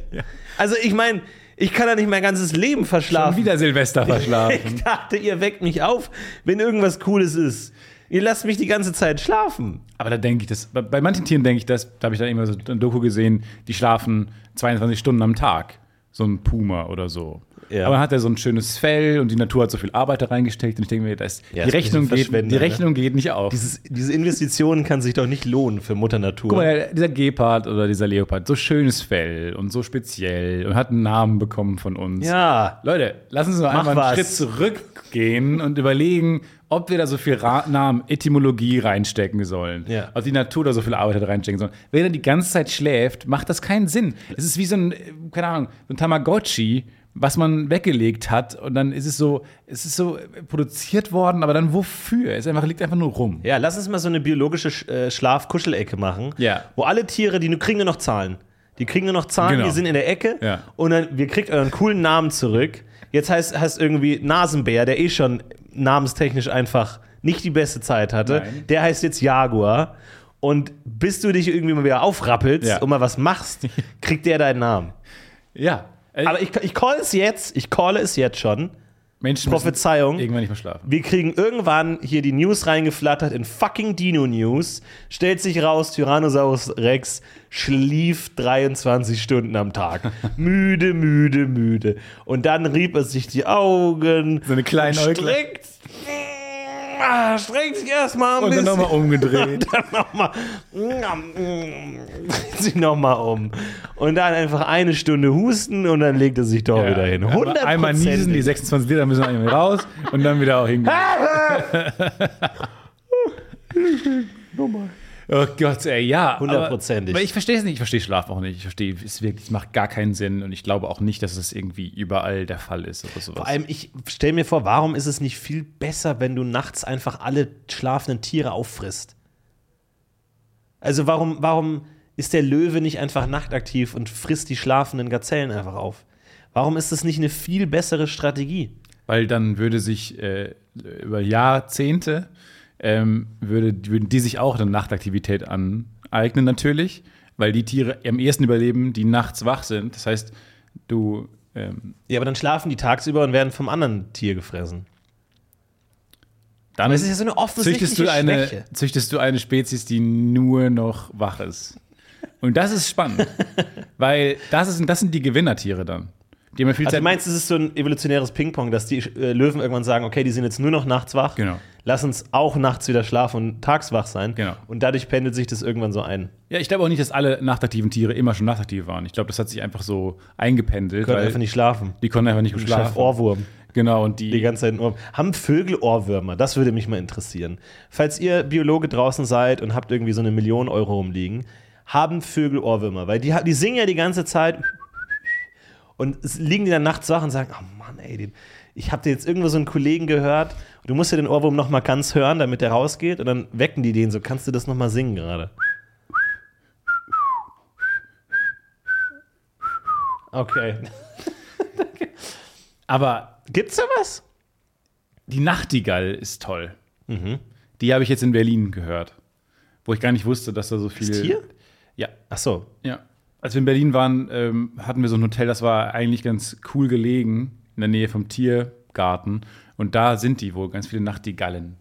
Also ich meine, ich kann ja nicht mein ganzes Leben
Schon
verschlafen.
wieder Silvester verschlafen.
Ich dachte, ihr weckt mich auf, wenn irgendwas Cooles ist. Ihr lasst mich die ganze Zeit schlafen.
Aber da denke ich das, bei, bei manchen Tieren denke ich das, da habe ich dann immer so ein Doku gesehen, die schlafen 22 Stunden am Tag. So ein Puma oder so.
Ja.
Aber dann hat er so ein schönes Fell und die Natur hat so viel Arbeit da reingesteckt und ich denke mir, das,
Ja,
die,
ist
Rechnung
ein bisschen
geht, die
Verschwender, ne?
Rechnung geht nicht auf.
Dieses, diese Investition kann sich doch nicht lohnen für Mutter Natur.
Guck mal, der- dieser Gepard oder dieser Leopard, so schönes Fell und so speziell und hat einen Namen bekommen von uns.
ja,
Leute, lassen Sie mal
Mach
einmal einen
was.
Schritt zurückgehen und überlegen, ob wir da so viel Ra Namen, Etymologie reinstecken sollen.
Ja.
Ob die Natur da so viel Arbeit hat reinstecken sollen. Wenn er die ganze Zeit schläft, macht das keinen Sinn. Es ist wie so ein, äh, keine Ahnung, so ein Tamagotchi, was man weggelegt hat und dann ist es so, es ist so äh, produziert worden, aber dann wofür? Es einfach, liegt einfach nur rum.
ja, lass uns mal so eine biologische Sch- äh, Schlaf-Kuschelecke machen,
Ja.
wo alle Tiere, die nur kriegen nur noch Zahlen. Die kriegen nur noch Zahlen,
Genau.
die sind in der Ecke
Ja.
und dann, wir kriegt euren coolen Namen zurück. Jetzt heißt, heißt irgendwie Nasenbär, der eh schon namenstechnisch einfach nicht die beste Zeit hatte.
Nein.
Der heißt jetzt Jaguar. Und bis du dich irgendwie mal wieder aufrappelst
Ja.
und mal was machst, kriegt der deinen Namen.
Ja. Äh,
Aber ich, ich call es jetzt, ich call es jetzt schon.
Menschen müssen
Prophezeiung.
irgendwann nicht mehr schlafen.
Wir kriegen irgendwann hier die News reingeflattert in fucking Dino News. Stellt sich raus, Tyrannosaurus Rex schlief 23 Stunden am Tag. Müde, müde, müde. Und dann rieb es sich die Augen.
So eine kleine
und
Äuglein.
Streckt. Ah, Streckt sich erstmal ein
Und dann
bisschen.
nochmal umgedreht.
Dann nochmal. Dreht sich nochmal um. Und dann einfach eine Stunde husten und dann legt er sich doch wieder hin. 100
Einmal niesen, die 26 Liter müssen einmal raus und dann wieder auch hingehen. Oh Gott, ey, ja. aber-
Hundertprozentig.
Aber ich verstehe es nicht. Ich verstehe Schlaf auch nicht. Ich verstehe, es wirklich, es macht gar keinen Sinn und ich glaube auch nicht, dass es irgendwie überall der Fall ist oder sowas.
Vor allem, ich stelle mir vor, warum ist es nicht viel besser, wenn du nachts einfach alle schlafenden Tiere auffrisst? Also warum, warum ist der Löwe nicht einfach nachtaktiv und frisst die schlafenden Gazellen einfach auf? Warum ist das nicht eine viel bessere Strategie?
Weil dann würde sich äh, über Jahrzehnte ähm, würde, würden die sich auch eine Nachtaktivität aneignen natürlich, weil die Tiere am ehesten überleben, die nachts wach sind. Das heißt, du ähm,
Ja, aber dann schlafen die tagsüber und werden vom anderen Tier gefressen.
dann
Das ist ja so eine offensichtliche
züchtest du eine
Schwäche.
züchtest du eine Spezies, die nur noch wach ist. Und das ist spannend, weil das ist das sind die Gewinnertiere dann. Die haben ja viel
Also
Zeit.
du meinst, es ist so ein evolutionäres Ping-Pong, dass die äh, Löwen irgendwann sagen, okay, die sind jetzt nur noch nachts wach,
Genau.
lass uns auch nachts wieder schlafen und tagswach sein.
Genau.
Und dadurch pendelt sich das irgendwann so ein.
ja, ich glaube auch nicht, dass alle nachtaktiven Tiere immer schon nachtaktiv waren. Ich glaube, das hat sich einfach so eingependelt.
Können
weil
einfach nicht schlafen.
die konnten einfach nicht gut
Schlaf
schlafen.
Ohrwurm.
Genau, und die,
Die ganze Zeit in Ohrwurm. Haben Vögel Ohrwürmer? Das würde mich mal interessieren. Falls ihr Biologe draußen seid und habt irgendwie so eine Million Euro rumliegen, haben Vögel Ohrwürmer? Weil die, ha- die singen ja die ganze Zeit und es- liegen die dann nachts wach und sagen: Oh Mann, ey, den, ich hab dir jetzt irgendwo so einen Kollegen gehört. Du musst ja den Ohrwurm nochmal ganz hören, damit der rausgeht. Und dann wecken die den so: Kannst du das nochmal singen gerade? Okay.
aber
Gibt's da was?
die Nachtigall ist toll.
Mhm.
Die habe ich jetzt in Berlin gehört. Wo ich gar nicht wusste, dass da so viel.
Das Tier?
Ja,
Ach so,
Ja. Als wir in Berlin waren, ähm, hatten wir so ein Hotel, das war eigentlich ganz cool gelegen, in der Nähe vom Tiergarten. Und da sind die wohl, ganz viele Nachtigallen.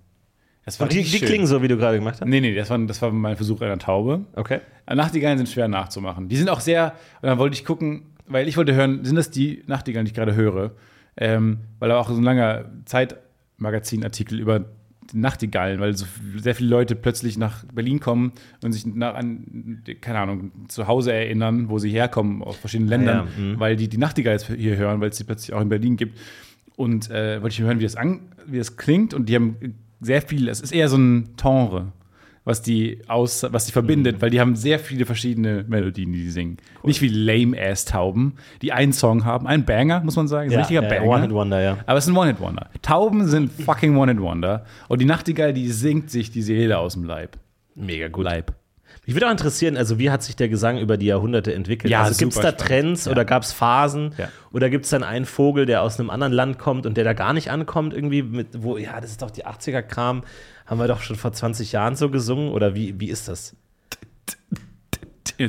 Das war
Die,
richtig
die
schön.
klingen so, wie du gerade gemacht hast.
Nee, nee, das war, das war mein Versuch einer Taube.
Okay.
Aber Nachtigallen sind schwer nachzumachen. Die sind auch sehr, und dann wollte ich gucken, weil ich wollte hören, sind das die Nachtigallen, die ich gerade höre? Ähm, weil da auch so ein langer Zeitmagazinartikel über die Nachtigallen, weil so sehr viele Leute plötzlich nach Berlin kommen und sich nach an, keine Ahnung, zu Hause erinnern, wo sie herkommen, aus verschiedenen Ländern,
ja, mhm.
weil die die Nachtigallen hier hören, weil es die plötzlich auch in Berlin gibt. Und äh, wollte ich hören, wie das, an, wie das klingt. Und die haben sehr viel, es ist eher so ein Genre, was die, aus, was die verbindet,
Mhm.
weil die haben sehr viele verschiedene Melodien, die die singen. Nicht wie Lame-Ass-Tauben, die einen Song haben, einen Banger, muss man sagen, ist ein richtiger
ja,
Banger.
One Hit Wonder, ja.
aber es ist ein One-Hit-Wonder. Tauben sind fucking One-Hit-Wonder. Und die Nachtigall, die singt sich die Seele aus dem Leib.
Mega gut.
Leib.
Mich würde auch interessieren, also wie hat sich der Gesang über die Jahrhunderte entwickelt?
Ja,
also gibt es
super
da Trends oder gab es Phasen?
Ja.
Oder gibt es dann einen Vogel, der aus einem anderen Land kommt und der da gar nicht ankommt irgendwie? Mit, wo, ja, das ist doch die 80er-Kram. Haben wir doch schon vor 20 Jahren so gesungen? Oder wie, wie ist das?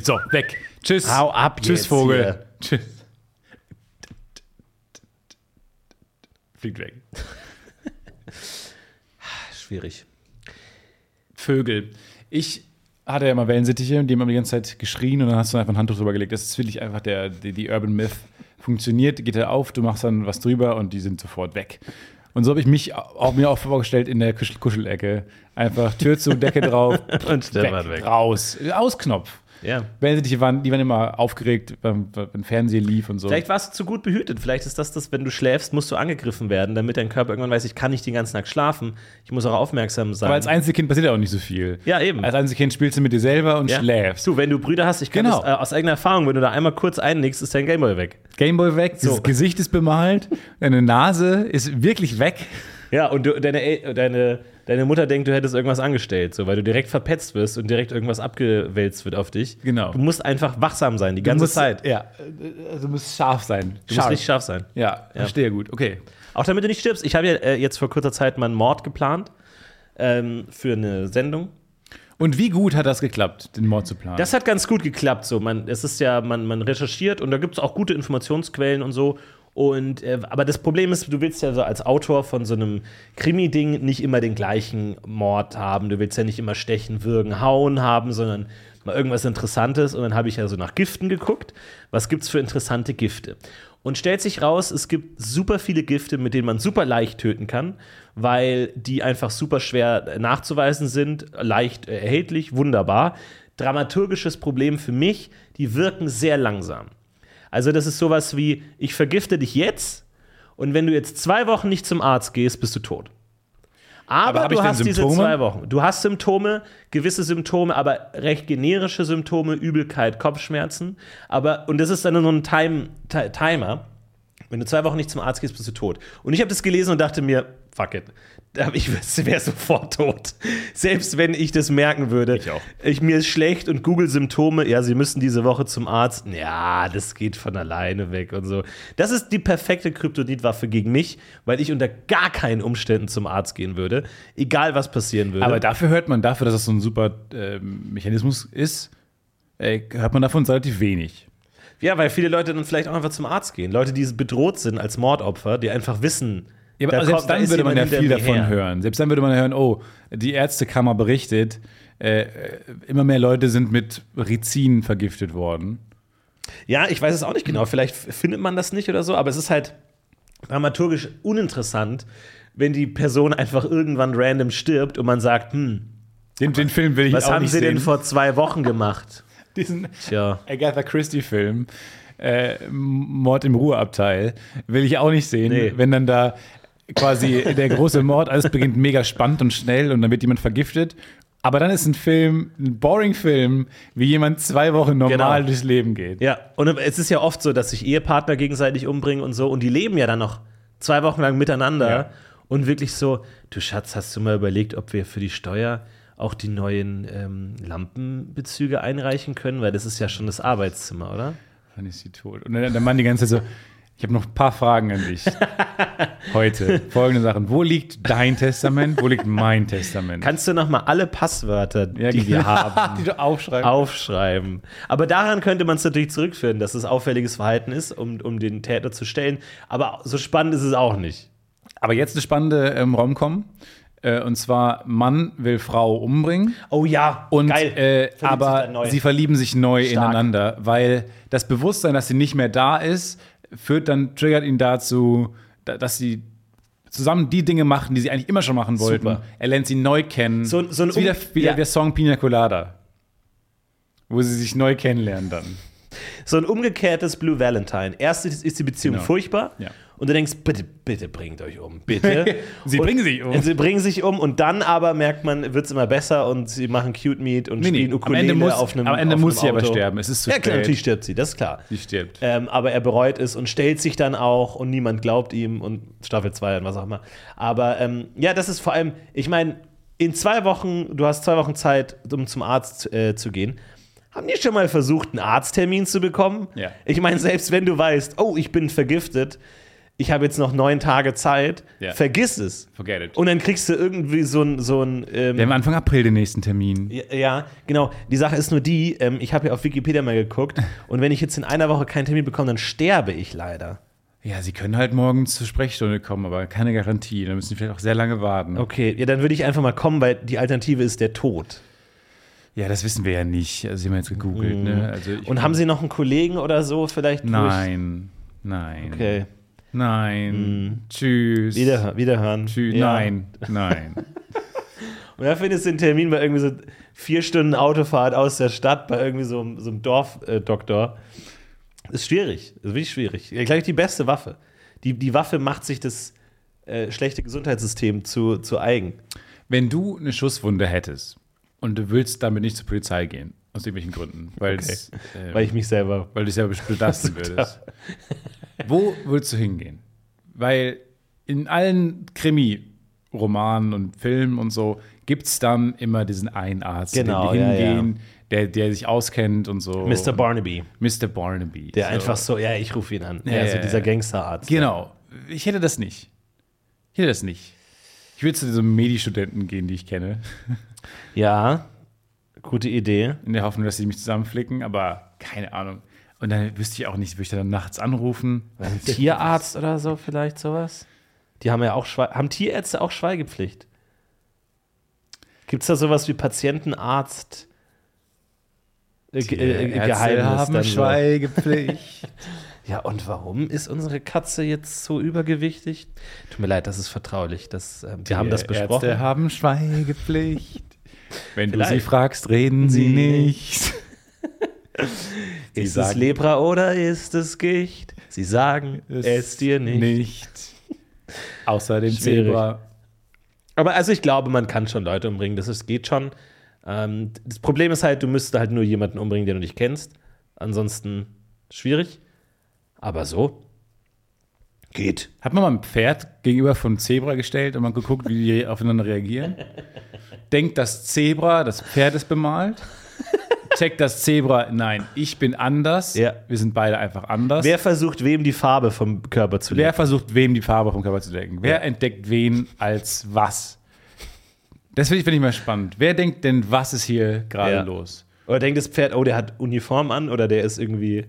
So, weg. Tschüss.
Hau ab
Tschüss,
jetzt
Vogel.
hier.
Tschüss. Fliegt weg.
Schwierig.
Vögel. Ich hatte ja mal Wellensittiche und die haben immer die ganze Zeit geschrien und dann hast du einfach ein Handtuch drüber gelegt. Das ist wirklich einfach der, die, die Urban Myth. Funktioniert, geht er auf, du machst dann was drüber und die sind sofort weg. Und so habe ich mich auch, mir auch vorgestellt in der Kuschel Kuschelecke. Einfach Tür zu, Decke drauf,
Und Stefan weg.
raus. Ausknopf.
Ja.
Wellensittiche waren, die waren immer aufgeregt, wenn, wenn Fernsehen lief und so.
Vielleicht warst du zu gut behütet. Vielleicht ist das das, wenn du schläfst, musst du angegriffen werden, damit dein Körper irgendwann weiß, ich kann nicht den ganzen Tag schlafen. Ich muss auch aufmerksam sein.
Aber als Einzelkind passiert ja auch nicht so viel.
Ja, eben.
Als Einzelkind spielst du mit dir selber und
Ja.
schläfst.
Du, wenn du Brüder hast, ich kann
Genau.
das, äh, aus eigener Erfahrung, wenn du da einmal kurz einlegst, ist dein Gameboy weg.
Gameboy weg,
So.
das Gesicht ist bemalt, deine Nase ist wirklich weg.
Ja, und du, deine, El- deine, deine Mutter denkt, du hättest irgendwas angestellt, so, weil du direkt verpetzt wirst und direkt irgendwas abgewälzt wird auf dich.
Genau.
Du musst einfach wachsam sein, die ganze
musst,
Zeit.
Ja, also du musst scharf sein.
Du musst nicht scharf sein.
Ja, verstehe gut. Okay.
Auch damit du nicht stirbst. Ich habe ja äh, jetzt vor kurzer Zeit mal einen Mord geplant ähm, für eine Sendung.
Und wie gut hat das geklappt, den Mord zu planen?
Das hat ganz gut geklappt. So, man, es ist ja, man, man recherchiert und da gibt es auch gute Informationsquellen und so. Und, äh, aber das Problem ist, du willst ja so als Autor von so einem Krimi-Ding nicht immer den gleichen Mord haben. Du willst ja nicht immer stechen, würgen, hauen haben, sondern mal irgendwas Interessantes. Und dann habe ich ja so nach Giften geguckt. Was gibt's für interessante Gifte? Und stellt sich raus, es gibt super viele Gifte, mit denen man super leicht töten kann, weil die einfach super schwer nachzuweisen sind, leicht äh, erhältlich, wunderbar. Dramaturgisches Problem für mich, die wirken sehr langsam. Also das ist sowas wie, ich vergifte dich jetzt und wenn du jetzt zwei Wochen nicht zum Arzt gehst, bist du tot.
Aber
Aber,
hab
du
ich denn
hast diese
Symptome?
zwei Wochen. Du hast Symptome, gewisse Symptome, aber recht generische Symptome, Übelkeit, Kopfschmerzen. Aber, und das ist dann so ein Time, Ti- Timer. Wenn du zwei Wochen nicht zum Arzt gehst, bist du tot. Und ich habe das gelesen und dachte mir, fuck it, Da- ich wäre sofort tot. Selbst wenn ich das merken würde.
Ich auch.
Ich, mir ist schlecht und Google Symptome, ja, sie müssen diese Woche zum Arzt. Ja, das geht von alleine weg und so. Das ist die perfekte Kryptonitwaffe gegen mich, weil ich unter gar keinen Umständen zum Arzt gehen würde, egal was passieren würde.
Aber dafür hört man, dafür, dass das so ein super ähm, Mechanismus ist, äh, hört man davon relativ wenig.
ja, weil viele Leute dann vielleicht auch einfach zum Arzt gehen. Leute, die bedroht sind als Mordopfer, die einfach wissen,
Ja, aber
da
selbst
kommt- da
dann
ist
würde man ja
jemand
viel
hinter mir
davon
her.
hören. Selbst dann würde man ja hören, oh, die Ärztekammer berichtet, äh, äh, immer mehr Leute sind mit Rizin vergiftet worden.
Ja, ich weiß es auch nicht genau. Vielleicht findet man das nicht oder so, aber es ist halt dramaturgisch uninteressant, wenn die Person einfach irgendwann random stirbt und man sagt, hm,
Den, den Film will ich
was
auch
haben
nicht
sie
sehen.
denn vor zwei Wochen gemacht?
Diesen
Tja.
Agatha Christie-Film, äh, M- Mord im Ruheabteil, will ich auch nicht sehen,
Nee.
wenn dann da quasi der große Mord, alles beginnt mega spannend und schnell und dann wird jemand vergiftet. Aber dann ist ein Film, ein Boring-Film, wie jemand zwei Wochen normal
Genau.
durchs Leben geht.
Ja, und es ist ja oft so, dass sich Ehepartner gegenseitig umbringen und so und die leben ja dann noch zwei Wochen lang miteinander
Ja.
und wirklich so, du Schatz, hast du mal überlegt, ob wir für die Steuer auch die neuen ähm, Lampenbezüge einreichen können, weil das ist ja schon das Arbeitszimmer, oder?
Dann ist sie tot. Und dann der Mann die ganze Zeit so, ich habe noch ein paar Fragen an dich heute. Folgende Sachen. Wo liegt dein Testament? Wo liegt mein Testament?
Kannst du noch mal alle Passwörter,
Ja,
die wir
genau.
haben,
die du aufschreiben.
aufschreiben? Aber daran könnte man es natürlich zurückführen, dass es auffälliges Verhalten ist, um, um den Täter zu stellen. Aber so spannend ist es auch nicht.
Aber jetzt eine spannende ähm, Rom-Com. Äh, und zwar, Mann will Frau umbringen.
Oh ja,
Und, Äh,
geil. Verliebt sich dann
aber
neu.
sie verlieben sich neu
Stark.
ineinander, weil das Bewusstsein, dass sie nicht mehr da ist, führt dann, triggert ihn dazu, da, dass sie zusammen die Dinge machen, die sie eigentlich immer schon machen wollten.
Super.
Er lernt sie neu kennen.
So- so ein
Ist wieder
Um-
wieder
ja.
der Song Pina Colada. Wo sie sich neu kennenlernen dann.
So ein umgekehrtes Blue Valentine. Erst ist, ist die Beziehung
Genau.
furchtbar
Ja.
und du denkst, bitte, bitte bringt euch um, bitte.
Sie
und,
bringen sich um.
Sie bringen sich um und dann aber merkt man, wird es immer besser und sie machen Cute Meet und
Nee, nee,
spielen
am
Ukulele
Ende muss-
auf einem
am Ende
auf einem
muss sie aber
Auto.
sterben, es ist zu
Ja, klar,
spät.
natürlich stirbt sie, das ist klar.
Sie stirbt.
Ähm, aber er bereut es und stellt sich dann auch und niemand glaubt ihm und Staffel 2 und was auch immer. Aber ähm, ja, das ist vor allem, ich meine, in zwei Wochen, du hast zwei Wochen Zeit, um zum Arzt äh, zu gehen. Haben die schon mal versucht, einen Arzttermin zu bekommen?
Ja.
Ich meine, selbst wenn du weißt, oh, ich bin vergiftet, ich habe jetzt noch neun Tage Zeit,
Ja.
vergiss es.
Forget it.
Und dann kriegst du irgendwie so ein, so ein ähm,
Wir haben Anfang April den nächsten Termin.
ja, ja, genau. Die Sache ist nur die, ähm, ich habe ja auf Wikipedia mal geguckt und wenn ich jetzt in einer Woche keinen Termin bekomme, dann sterbe ich leider.
Ja, sie können halt morgen zur Sprechstunde kommen, aber keine Garantie. Da müssen sie vielleicht auch sehr lange warten.
Okay, ja, dann würde ich einfach mal kommen, weil die Alternative ist der Tod.
Ja, das wissen wir ja nicht. Also, sie haben jetzt gegoogelt, ne? Also ich
Mhm. Und haben Sie noch einen Kollegen oder so vielleicht? wo ich-
Nein. Nein.
Okay,
Nein. Tschüss.
Wiederhör wiederhören.
Tschüss.
Ja.
Nein. Nein.
Und da findest du den Termin bei irgendwie so vier Stunden Autofahrt aus der Stadt bei irgendwie so, einem- so einem Dorfdoktor. Äh, Doktor. ist schwierig, ist wirklich schwierig. Ja, gleich die beste Waffe. Die, die Waffe macht sich das äh, schlechte Gesundheitssystem zu, zu eigen.
Wenn du eine Schusswunde hättest und du willst damit nicht zur Polizei gehen, aus irgendwelchen Gründen, weil's, äh,
Weil ich mich selber.
weil du dich selber belasten würdest, wo würdest du hingehen? Weil in allen Krimi-Romanen und Filmen und so gibt es dann immer diesen einen Arzt, den
Genau,
wir
ja, ja.
hingehen, Der, der sich auskennt und so.
Mr. Barnaby,
Mr. Barnaby.
der
so.
einfach so, ja, ich rufe ihn an. Ja,
Ja,
so
ja,
dieser
ja.
Gangsterarzt.
Genau. Ich hätte das nicht. Ich hätte das nicht. Ich würde zu diesen Medi-Studenten gehen, die ich kenne,
Ja, gute Idee.
in der Hoffnung, dass sie mich zusammenflicken, aber keine Ahnung. Und dann wüsste ich auch nicht, würde ich dann nachts anrufen.
Ein Tierarzt oder so vielleicht sowas? Die haben ja auch Schwe haben Tierärzte auch Schweigepflicht. Gibt es da sowas wie Patientenarzt äh, ge- äh,
Ärzte
Geheimnis dann so?
Schweigepflicht.
Ja, und warum ist unsere Katze jetzt so übergewichtig? Tut mir leid, das ist vertraulich. Das, ähm, wir haben das besprochen.
Ärzte haben Schweigepflicht. Wenn du sie
Vielleicht.
fragst, reden sie
Sie
nicht. Sie
ist es
sagen
Lepra oder ist es Gicht? Sie sagen es, dir nicht.
nicht. Außer dem
Schwierig.
Zebra.
Aber also ich glaube, man kann schon Leute umbringen. Das ist, geht schon. Ähm, das Problem ist halt, du müsstest halt nur jemanden umbringen, den du nicht kennst. Ansonsten schwierig. Aber so geht.
Hat man mal ein Pferd gegenüber vom Zebra gestellt und mal geguckt, wie die aufeinander reagieren? Denkt das Zebra, das Pferd ist bemalt? Checkt das Zebra, nein, ich bin anders.
Ja.
Wir sind beide einfach anders.
Wer versucht, wem die Farbe vom Körper zu
Wer
lehren?
versucht, wem die Farbe vom Körper zu decken? Wer entdeckt wen als was? Das finde ich, find ich mal spannend. Wer denkt denn, was ist hier gerade
Ja.
los?
Oder denkt das Pferd, oh, der hat Uniform an oder der ist irgendwie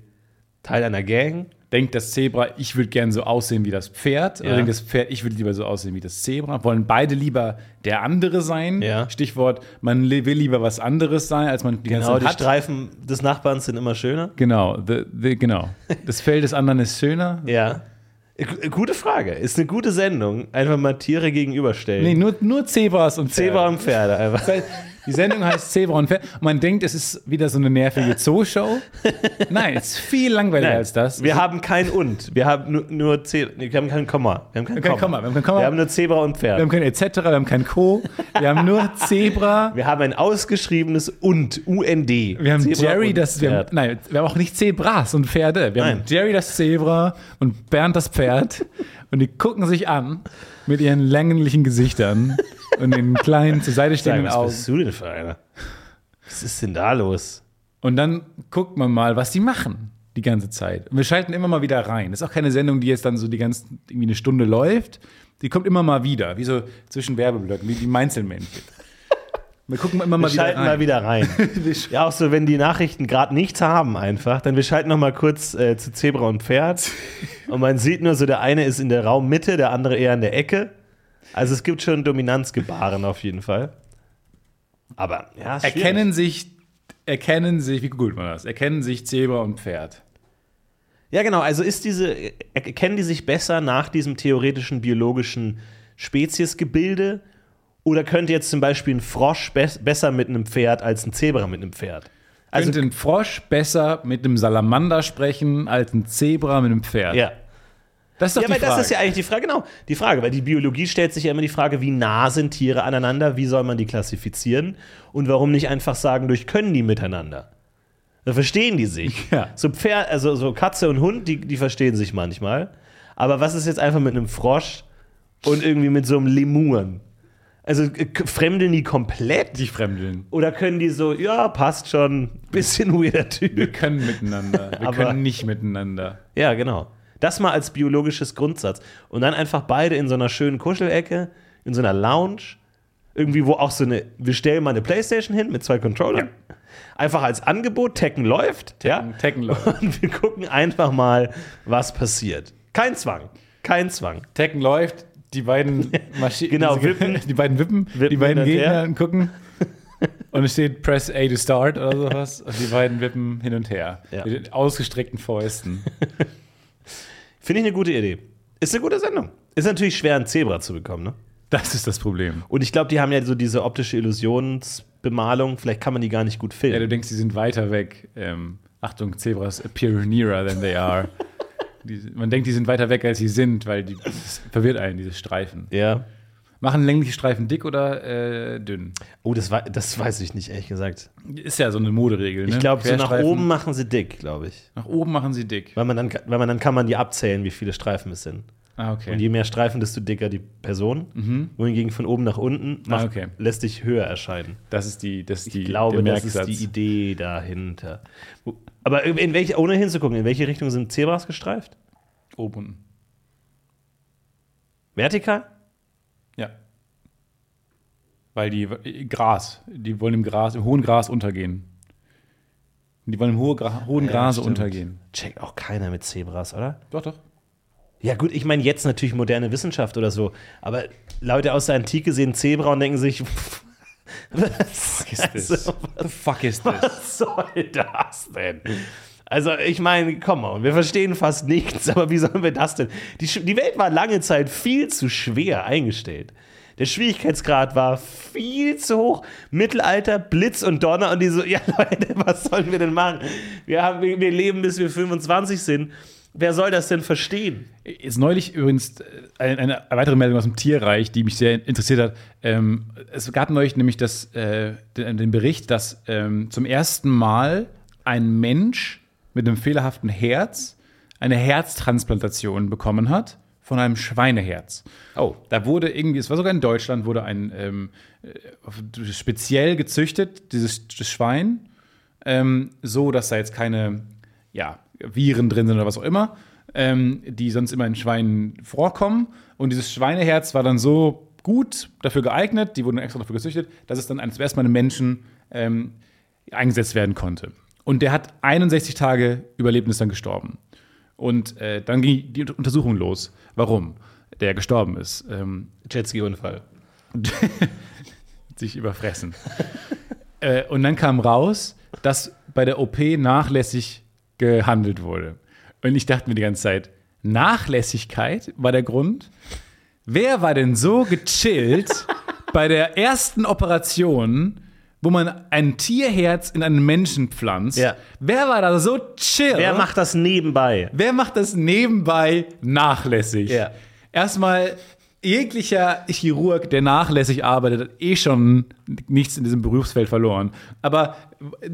Teil einer Gang.
denkt das Zebra, ich würde gern so aussehen wie das Pferd. Oder
Ja.
denkt das Pferd, ich würde lieber so aussehen wie das Zebra. Wollen beide lieber der andere sein?
Ja.
Stichwort, man li- will lieber was anderes sein, als man die ganze
Genau, die
Zeit hat.
Streifen des Nachbarns sind immer schöner.
Genau, the, the, genau. Das Fell des anderen ist schöner.
Ja. G- Äh, Gute Frage. Ist eine gute Sendung. Einfach mal Tiere gegenüberstellen.
Nee, nur, nur Zebras und Pferde.
Zebra und Pferde einfach.
Das heißt, Die Sendung heißt Zebra und Pferd. Und man denkt, es ist wieder so eine nervige Zooshow. Nein, es ist viel langweiliger
Nein,
als das.
Wir haben kein und. Wir haben nur, nur Zebra. Wir haben kein Komma. Wir haben
Wir
kein,
haben kein
Komma.
Komma, wir haben kein Komma.
Wir haben nur Zebra und Pferd.
wir haben kein etc., wir haben kein Co. Wir haben nur Zebra.
Wir haben ein ausgeschriebenes und. UND.
Wir haben
Zebra
Jerry,
und
das wir haben,
Pferd.
nein, wir haben auch nicht Zebras und Pferde. Wir haben
Nein.
Jerry das Zebra und Bernd das Pferd und die gucken sich an mit ihren länglichen Gesichtern und den kleinen zur Seite
Sag,
stehenden
was
Augen.
bist du denn für einer? Was ist denn da los?
Und dann guckt man mal, was die machen die ganze Zeit. Und wir schalten immer mal wieder rein. Das ist auch keine Sendung, die jetzt dann so die ganze irgendwie eine Stunde läuft. Die kommt immer mal wieder, wie so zwischen Werbeblöcken, wie die Meinzelmännchen. Wir gucken immer mal
wir
wieder
schalten
rein.
mal wieder rein.
Wir sch-
ja, auch so, wenn die Nachrichten gerade nichts haben einfach, dann wir schalten noch mal kurz äh, zu Zebra und Pferd. und man sieht nur so, der eine ist in der Raummitte, der andere eher in der Ecke. Also es gibt schon Dominanzgebaren auf jeden Fall. Aber ja, ist schwierig.
erkennen sich, erkennen sich, wie googelt man das? Erkennen sich Zebra und Pferd.
Ja, genau. Also ist diese, er- erkennen die sich besser nach diesem theoretischen biologischen Speziesgebilde? Oder könnte jetzt zum Beispiel ein Frosch be besser mit einem Pferd als ein Zebra mit einem Pferd? Also
Könnte ein Frosch besser mit einem Salamander sprechen als ein Zebra mit einem Pferd?
ja.
Das ist doch
Ja,
die
aber
Frage.
das ist ja eigentlich die Frage, genau, die Frage, weil die Biologie stellt sich ja immer die Frage, wie nah sind Tiere aneinander, wie soll man die klassifizieren und warum nicht einfach sagen, durch können die miteinander? Da verstehen die sich.
Ja.
So Pferd, also so Katze und Hund, die, die verstehen sich manchmal. Aber was ist jetzt einfach mit einem Frosch und irgendwie mit so einem Lemuren? Also äh, k- fremdeln die komplett?
die Fremdeln.
Oder können die so, ja, passt schon, bisschen weirder Typ?
Wir können miteinander. Wir
Aber-
können nicht miteinander.
Ja, genau. Das mal als biologisches Grundsatz. Und dann einfach beide in so einer schönen Kuschelecke, in so einer Lounge, irgendwie, wo auch so eine, wir stellen mal eine Playstation hin mit zwei Controllern. Einfach als Angebot, Tekken läuft, ja.
Tekken läuft.
Und wir gucken einfach mal, was passiert. Kein Zwang. Kein Zwang.
Tekken läuft, die beiden Maschinen.
Genau,
diese-
wippen.
Die beiden wippen, die
Wippen
beiden
hin und
Gegner
her.
angucken. Und es steht Press A to start oder sowas. Und die beiden wippen hin und her.
Ja.
Mit den ausgestreckten Fäusten.
Finde ich eine gute Idee. Ist eine gute Sendung. Ist natürlich schwer, ein Zebra zu bekommen, ne?
Das ist das Problem.
Und ich glaube, die haben ja so diese optische Illusionsbemalung. Vielleicht kann man die gar nicht gut
Ja, du
filmen.
denkst, die sind weiter weg. Ähm, Achtung, Zebras appear nearer than they are. Die, man denkt, die sind weiter weg, als sie sind, weil die, das verwirrt einen, diese Streifen.
ja.
Machen längliche Streifen dick oder äh, dünn?
Oh, das, wei- das weiß ich nicht, ehrlich gesagt.
Ist ja so eine Moderegel. Ne?
Ich glaube, so nach
Querstreifen-
oben machen sie dick, glaube ich.
Nach oben machen sie dick.
Weil man, dann, weil man dann kann man die abzählen, wie viele Streifen es sind.
Ah, okay.
Und je mehr Streifen, desto dicker die Person. Wohingegen von oben nach unten
Mhm. Ah,
macht,
okay.
lässt dich höher erscheinen.
Das ist die, das ist die,
Ich glaube,
der
das ist
Merksatz.
die Idee dahinter. Wo- Aber in welche, ohne hinzugucken, in welche Richtung sind Zebras gestreift?
Oben.
Vertikal?
Ja. Weil die äh, Gras, die wollen im Gras, im hohen Gras untergehen. Die wollen im hohe Gra hohen
Ja,
Gras
stimmt.
untergehen.
Checkt auch keiner mit Zebras, oder?
Doch, doch.
Ja, gut, ich meine, jetzt natürlich moderne Wissenschaft oder so. Aber Leute aus der Antike sehen Zebra und denken sich, was
Ist this? the fuck is this?
Was soll das denn? Also, ich meine, komm mal, wir verstehen fast nichts, aber wie sollen wir das denn? Die, Sch- die Welt war lange Zeit viel zu schwer eingestellt. Der Schwierigkeitsgrad war viel zu hoch. Mittelalter, Blitz und Donner und die so, ja Leute, was sollen wir denn machen? Wir, haben, wir wir leben, bis wir 25 sind. Wer soll das denn verstehen?
Ist neulich übrigens äh, eine, eine weitere Meldung aus dem Tierreich, die mich sehr interessiert hat. Ähm, es gab neulich nämlich das, äh, den, den Bericht, dass ähm, zum ersten Mal ein Mensch mit einem fehlerhaften Herz eine Herztransplantation bekommen hat von einem Schweineherz.
Oh.
Da wurde irgendwie, es war sogar in Deutschland, wurde ein ähm, äh, speziell gezüchtet, dieses das Schwein, ähm, so dass da jetzt keine ja, Viren drin sind oder was auch immer, ähm, die sonst immer in Schweinen vorkommen. Und dieses Schweineherz war dann so gut dafür geeignet, die wurden extra dafür gezüchtet, dass es dann zum ersten Mal einem Menschen ähm, eingesetzt werden konnte. Und der hat 61 Tage überlebt und ist dann gestorben. Und äh, dann ging die Untersuchung los, warum der gestorben ist. Ähm,
Jetski-Unfall.
sich überfressen. äh, und dann kam raus, dass bei der OP nachlässig gehandelt wurde. Und ich dachte mir die ganze Zeit, Nachlässigkeit war der Grund. Wer war denn so gechillt bei der ersten Operation, wo man ein Tierherz in einen Menschen pflanzt?
Ja.
Wer war da so chill?
Wer macht das nebenbei?
Wer macht das nebenbei nachlässig?
Ja.
Erstmal jeglicher Chirurg, der nachlässig arbeitet, hat eh schon nichts in diesem Berufsfeld verloren. Aber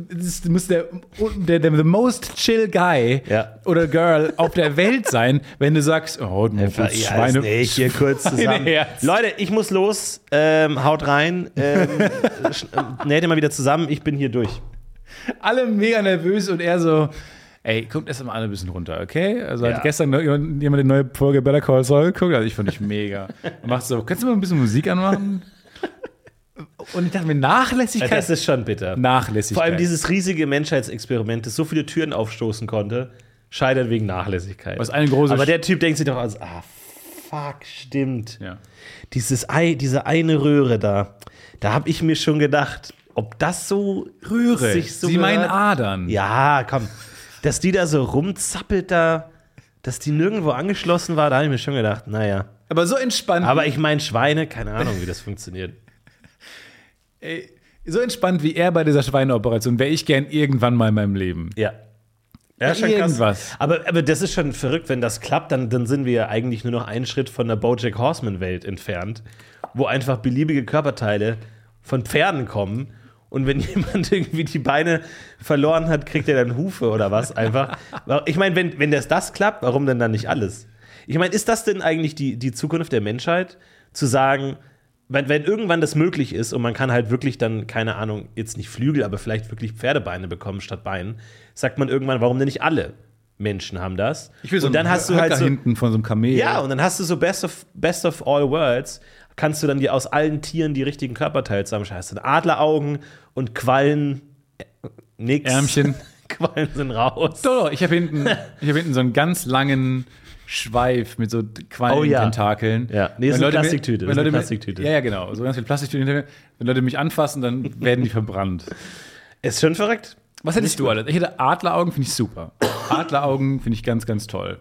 das muss der, der, der the most chill guy
Ja.
oder girl auf der Welt sein, wenn du sagst, oh, du
Ja,
musst
ist
Schweine.
nicht. Hier kurz zusammen.
Schweineherz.
Leute, ich muss los. Ähm, haut rein. Ähm, sch- äh, näht immer wieder zusammen. Ich bin hier durch.
Alle mega nervös und er so. Ey, guckt erst mal alle ein bisschen runter, okay? Also
Ja.
hat gestern noch jemand jemand die neue Folge Better Call Saul geguckt, also ich fand ich mega. Und macht so, kannst du mal ein bisschen Musik anmachen? Und ich dachte mir, Nachlässigkeit
Das ist schon bitter.
Nachlässigkeit.
Vor allem dieses riesige Menschheitsexperiment, das so viele Türen aufstoßen konnte, scheitert wegen Nachlässigkeit.
Was eine große
Aber der Typ denkt sich doch, also, ah, fuck, stimmt.
Ja.
Dieses Ei, diese eine Röhre da, da habe ich mir schon gedacht, ob das so
Röhre.
sich so
Sie meinen
gehört?
Adern.
Ja, komm. Dass die da so rumzappelt da, dass die nirgendwo angeschlossen war, da habe ich mir schon gedacht, naja.
Aber so entspannt.
Aber ich meine Schweine, keine Ahnung, wie das funktioniert.
ey, so entspannt wie er bei dieser Schweineoperation wäre ich gern irgendwann mal in meinem Leben.
Ja. Ja, schon
Irgendwas.
krass. Aber, aber das ist schon verrückt, wenn das klappt, dann, dann sind wir ja eigentlich nur noch einen Schritt von der Bojack Horseman-Welt entfernt, wo einfach beliebige Körperteile von Pferden kommen. Und wenn jemand irgendwie die Beine verloren hat, kriegt er dann Hufe oder was einfach. Ich meine, wenn, wenn das, das klappt, warum denn dann nicht alles? Ich meine, ist das denn eigentlich die, die Zukunft der Menschheit, zu sagen, wenn, wenn irgendwann das möglich ist und man kann halt wirklich dann, keine Ahnung, jetzt nicht Flügel, aber vielleicht wirklich Pferdebeine bekommen statt Beinen, sagt man irgendwann, warum denn nicht alle Menschen haben das? und dann hast du halt so,
hinten von so einem Kamel.
ja, und dann hast du so Best of, Best of All Worlds, kannst du dann dir aus allen Tieren die richtigen Körperteile zusammenschneiden. Hast du Adleraugen und Quallen, äh, nix.
Ärmchen.
Quallen sind raus.
Doch, doch, ich habe hinten, ich hab hinten so einen ganz langen Schweif mit so Quallen-Tentakeln.
Oh ja. Ja. Nee,
Wenn
ist eine
Leute mir-
Plastiktüte,
wenn
ist eine
Leute mir-
Plastiktüte.
Ja, ja, genau. So ganz viel Plastiktüte hinter mir. Wenn Leute mich anfassen, dann werden die verbrannt.
Ist schon verrückt.
Was hättest du alles? Ich hätte Adleraugen, finde ich super. Adleraugen finde ich ganz, ganz toll.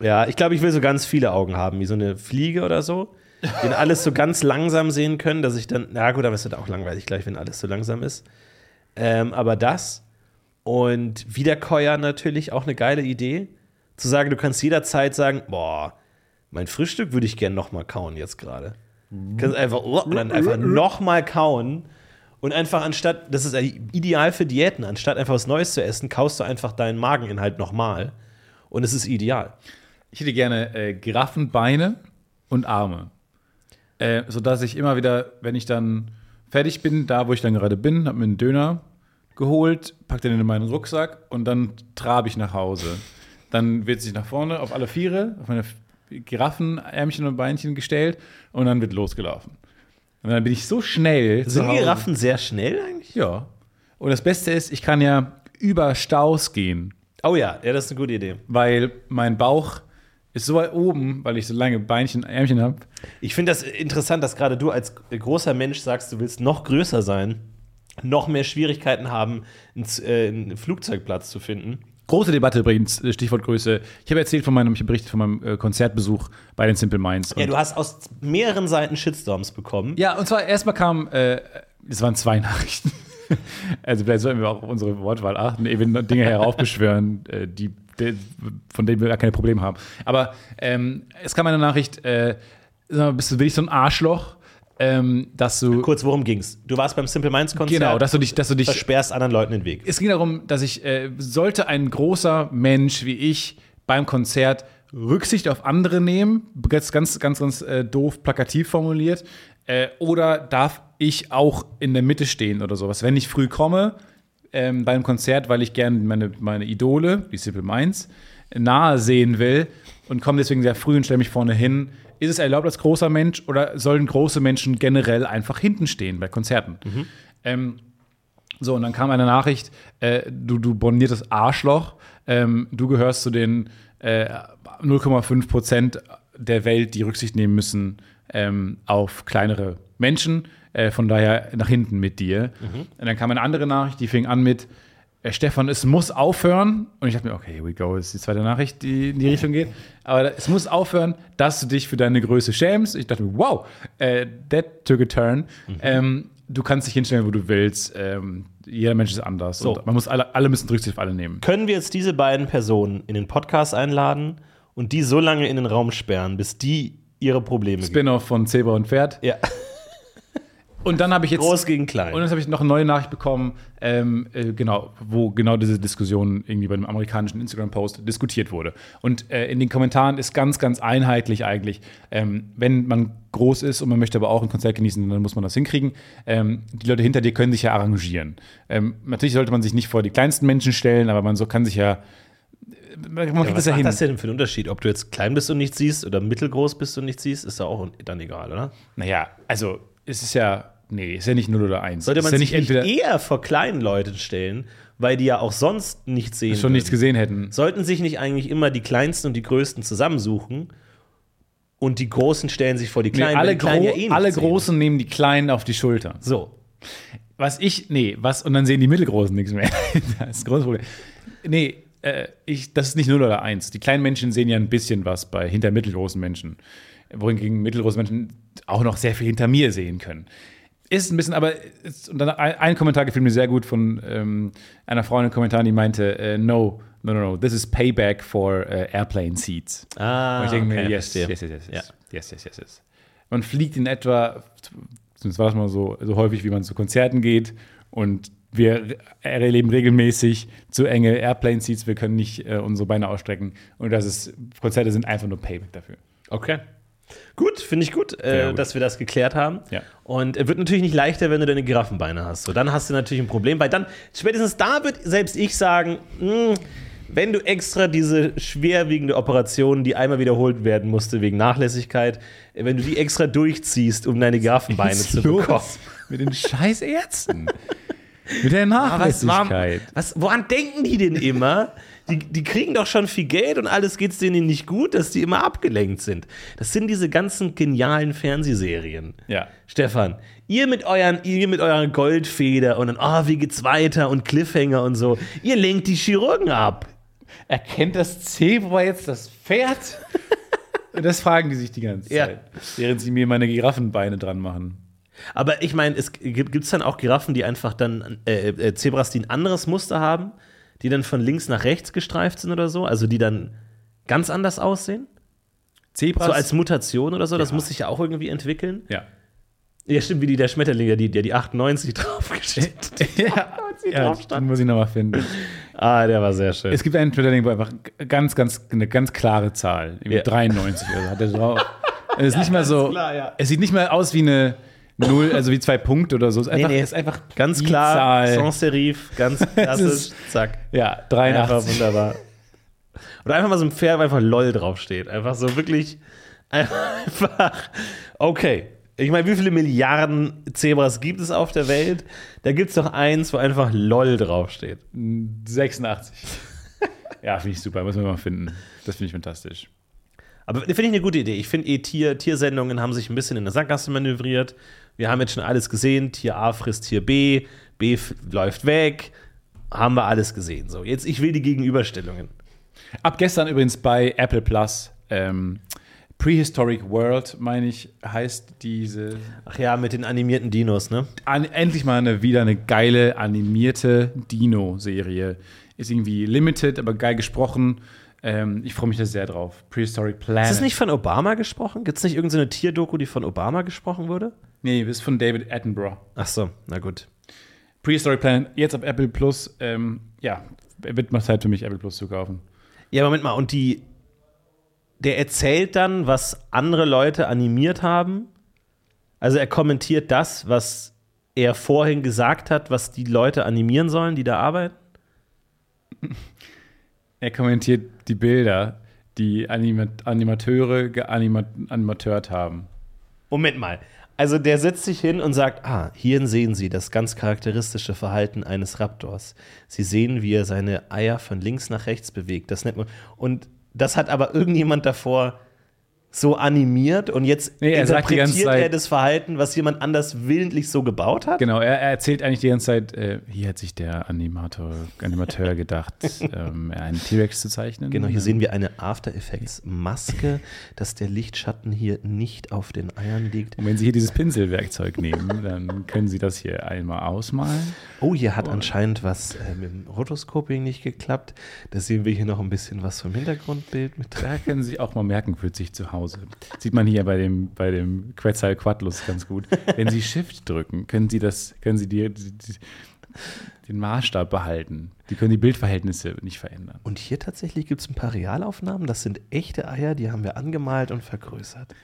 Ja, ich glaube, ich will so ganz viele Augen haben, wie so eine Fliege oder so. Den alles so ganz langsam sehen können, dass ich dann, na gut, aber es wird auch langweilig gleich, wenn alles so langsam ist. Ähm, aber das und Wiederkäuer natürlich auch eine geile Idee. Zu sagen, du kannst jederzeit sagen, boah, mein Frühstück würde ich gern nochmal kauen jetzt gerade. Du kannst einfach, oh, und dann einfach nochmal kauen und einfach anstatt, das ist ideal für Diäten, anstatt einfach was Neues zu essen, kaust du einfach deinen Mageninhalt nochmal und es ist ideal.
Ich hätte gerne äh, Giraffenbeine und Arme. Äh, sodass ich immer wieder, wenn ich dann fertig bin, da wo ich dann gerade bin, habe mir einen Döner geholt, pack den in meinen Rucksack und dann trabe ich nach Hause. Dann wird sich nach vorne auf alle Viere, auf meine F- Giraffenärmchen und Beinchen gestellt und dann wird losgelaufen. Und dann bin ich so schnell. zu
Sind
Hause.
Giraffen sehr schnell eigentlich?
Ja. Und das Beste ist, ich kann ja über Staus gehen
Oh ja, ja, das ist eine gute Idee.
weil mein Bauch ist so weit oben, weil ich so lange Beinchen, Ärmchen habe.
Ich finde das interessant, dass gerade du als großer Mensch sagst, du willst noch größer sein, noch mehr Schwierigkeiten haben, einen, Z- äh, einen Flugzeugplatz zu finden.
Große Debatte übrigens, äh, Stichwort Größe. Ich habe erzählt von meinem, ich habe berichtet von meinem äh, Konzertbesuch bei den Simple Minds.
Ja,
Und-
du hast aus mehreren Seiten Shitstorms bekommen.
ja, und zwar erstmal kam, äh, es waren zwei Nachrichten. also vielleicht sollten wir auch auf unsere Wortwahl achten, eben Dinge heraufbeschwören, äh, die, die, von denen wir gar keine Probleme haben. Aber ähm, es kam eine Nachricht, äh, sag mal, bist du wirklich so ein Arschloch, ähm, dass du,
Kurz, worum ging's? Du warst beim Simple Minds Konzert.
genau, dass du dich, dass du dich
versperrst anderen Leuten den Weg.
es ging darum, dass ich, äh, sollte ein großer Mensch wie ich beim Konzert Rücksicht auf andere nehmen, ganz, ganz, ganz, ganz äh, doof plakativ formuliert, äh, oder darf ich auch in der Mitte stehen oder sowas? Wenn ich früh komme ähm, beim Konzert, weil ich gerne meine, meine Idole, die Simple Minds, nahe sehen will und komme deswegen sehr früh und stelle mich vorne hin, ist es erlaubt als großer Mensch oder sollen große Menschen generell einfach hinten stehen bei Konzerten? Ähm, So, und dann kam eine Nachricht, äh, du, du borniertes Arschloch, ähm, du gehörst zu den äh, 0,5 Prozent der Welt, die Rücksicht nehmen müssen ähm, auf kleinere Menschen. Äh, von daher nach hinten mit dir.
Mhm.
Und dann kam eine andere Nachricht, die fing an mit, äh, Stefan, es muss aufhören. Und ich dachte mir, okay, here we go, das ist die zweite Nachricht, die in die Richtung geht. Aber da- es muss aufhören, dass du dich für deine Größe schämst. Ich dachte mir, wow, äh, that took a turn.
Mhm.
Ähm, du kannst dich hinstellen, wo du willst. Ähm, jeder Mensch ist anders.
So.
Und man muss alle, alle müssen Rücksicht auf alle nehmen.
Können wir jetzt diese beiden Personen in den Podcast einladen und die so lange in den Raum sperren, bis die ihre Probleme
Spin-off von Zebra und Pferd.
Ja,
Und dann habe ich jetzt
groß gegen
Und
klein.
jetzt habe ich noch eine neue Nachricht bekommen, ähm, äh, genau, wo genau diese Diskussion irgendwie bei einem amerikanischen Instagram-Post diskutiert wurde. Und äh, in den Kommentaren ist ganz, ganz einheitlich eigentlich, ähm, wenn man groß ist und man möchte aber auch ein Konzert genießen, dann muss man das hinkriegen. Ähm, die Leute hinter dir können sich ja arrangieren. Ähm, natürlich sollte man sich nicht vor die kleinsten Menschen stellen, aber man so kann sich ja. Man kriegt das
Was
ja
macht
hin.
das denn für einen Unterschied, ob du jetzt klein bist und nichts siehst oder mittelgroß bist und nichts siehst, ist da auch dann egal, oder?
Naja, also es ist ja. Nee, ist ja nicht 0 oder 1.
Sollte
ist
man
ja
sich nicht eher vor kleinen Leuten stellen, weil die ja auch sonst nichts sehen
schon nichts
eh würden.
gesehen hätten.
Sollten sich nicht eigentlich immer die Kleinsten und die Größten zusammensuchen und die Großen stellen sich vor die
Nee,
Kleinen, weil
alle
die Kleinen
Gro
ja eh nichts
alle
sehen.
Großen nehmen die Kleinen auf die Schulter.
So,
Was ich, nee, was, und dann sehen die Mittelgroßen nichts mehr. das ist ein großes Problem. Nee, äh, ich, das ist nicht 0 oder 1. Die kleinen Menschen sehen ja ein bisschen was bei hinter mittelgroßen Menschen. Wohingegen mittelgroße Menschen auch noch sehr viel hinter mir sehen können. Ist ein bisschen, aber ist, und dann ein, ein Kommentar gefiel mir sehr gut von ähm, einer Frau in den Kommentaren, die meinte, äh, no, no, no, no, this is payback for äh, airplane seats.
Ah,
und ich denke mir,
okay,
yes, yes,
verstehe.
yes, yes, yes,
Ja.
yes, yes, yes, yes. Man fliegt in etwa, zumindest war es mal so, so häufig, wie man zu Konzerten geht und wir re- erleben regelmäßig zu enge Airplane-Seats, wir können nicht äh, unsere Beine ausstrecken und das ist, Konzerte sind einfach nur Payback dafür.
Okay. Gut, finde ich gut, äh,
Sehr gut.
dass wir das geklärt haben.
Ja.
Und äh, wird natürlich nicht leichter, wenn du deine Giraffenbeine hast. So, dann hast du natürlich ein Problem, weil dann, spätestens da wird selbst ich sagen, "Mh, wenn du extra diese schwerwiegende Operation, die einmal wiederholt werden musste wegen Nachlässigkeit, äh, wenn du die extra durchziehst, um deine Giraffenbeine
Was ist
zu
los
bekommen.
Mit den scheiß Ärzten. Mit der
Was, warum,
Nachlässigkeit.
was, woran denken die denn immer? Die, die kriegen doch schon viel Geld und alles geht's denen nicht gut, dass die immer abgelenkt sind. Das sind diese ganzen genialen Fernsehserien.
Ja.
Stefan, ihr mit euren, ihr mit eurer Goldfeder und dann, oh, wie geht's weiter und Cliffhanger und so. Ihr lenkt die Chirurgen ab.
Erkennt das Zebra jetzt das Pferd? Und das fragen die sich die ganze
Ja.
Zeit, während sie mir meine Giraffenbeine dran machen.
Aber ich meine, es gibt gibt's dann auch Giraffen, die einfach dann äh, äh, Zebras, die ein anderes Muster haben, die dann von links nach rechts gestreift sind oder so, also die dann ganz anders aussehen?
Zebras?
So als Mutation oder so, das muss sich ja auch irgendwie entwickeln.
ja.
Ja, stimmt, wie die der Schmetterling, der die, der die 98 draufgeschickt.
ja, ja den muss ich nochmal finden.
ah, der war sehr schön.
Es gibt einen Twitter-Link, wo einfach ganz, ganz, eine ganz klare Zahl, irgendwie
Ja.
93 oder so, hat er drauf. Es ist nicht mal so,
klar, ja.
es sieht nicht mal aus wie eine Null, also wie zwei Punkte oder so. Es ist einfach,
nee.
Es ist einfach
ganz
die
klar,
Zahl.
sans serif, ganz klassisch, zack.
Ja,
Einfach
83.
wunderbar. Oder einfach mal so ein Pferd, wo einfach LOL draufsteht. Einfach so wirklich. Einfach. Okay. Ich meine, wie viele Milliarden Zebras gibt es auf der Welt? Da gibt es doch eins, wo einfach LOL draufsteht.
86. ja, finde ich super, muss man mal finden. Das finde ich fantastisch.
Aber finde ich eine gute Idee. Ich finde eh, Tier, Tiersendungen haben sich ein bisschen in der Sackgasse manövriert. Wir haben jetzt schon alles gesehen. Tier A frisst Tier B, B f- läuft weg. Haben wir alles gesehen. So, jetzt, ich will die Gegenüberstellungen.
Ab gestern übrigens bei Apple Plus, ähm, Prehistoric World, meine ich, heißt diese
Ach ja, mit den animierten Dinos, ne?
an, endlich mal eine, wieder eine geile animierte Dino-Serie. Ist irgendwie limited, aber geil gesprochen. Ähm, ich freue mich da sehr drauf. Prehistoric Planet.
Ist es nicht von Obama gesprochen? Gibt es nicht irgendeine Tierdoku, die von Obama gesprochen wurde?
Nee, ist von David Attenborough.
Ach so, na gut.
Prehistoric Planet, jetzt ab Apple Plus. Ähm, ja, wird mal Zeit für mich, Apple Plus zu kaufen.
Ja, Moment mal, und die. Der erzählt dann, was andere Leute animiert haben. Also er kommentiert das, was er vorhin gesagt hat, was die Leute animieren sollen, die da arbeiten.
Er kommentiert die Bilder, die Anima Animateure geanimat- animatört haben.
Moment mal. Also der setzt sich hin und sagt, ah, hier sehen Sie das ganz charakteristische Verhalten eines Raptors. Sie sehen, wie er seine Eier von links nach rechts bewegt. Das nennt man. Und das hat aber irgendjemand davor so animiert und jetzt
Nee, er sagt die ganze
interpretiert er
Zeit-
das Verhalten, was jemand anders willentlich so gebaut hat.
Genau, er, er erzählt eigentlich die ganze Zeit, äh, hier hat sich der Animator, Animateur gedacht, ähm, einen T-Rex zu zeichnen.
Genau, hier sehen wir eine After Effects Maske, dass der Lichtschatten hier nicht auf den Eiern liegt.
Und wenn Sie hier dieses Pinselwerkzeug nehmen, dann können Sie das hier einmal ausmalen.
Oh, hier hat anscheinend was äh, mit dem Rotoscoping nicht geklappt. Da sehen wir hier noch ein bisschen was vom Hintergrundbild mit
Da können Sie sich auch mal merken für sich zu Hause. Sieht man hier bei dem, bei dem Quetzalcoatlus ganz gut. Wenn Sie Shift drücken, können Sie das, können Sie die, die, die, den Maßstab behalten. Die können die Bildverhältnisse nicht verändern.
Und hier tatsächlich gibt es ein paar Realaufnahmen. Das sind echte Eier, die haben wir angemalt und vergrößert.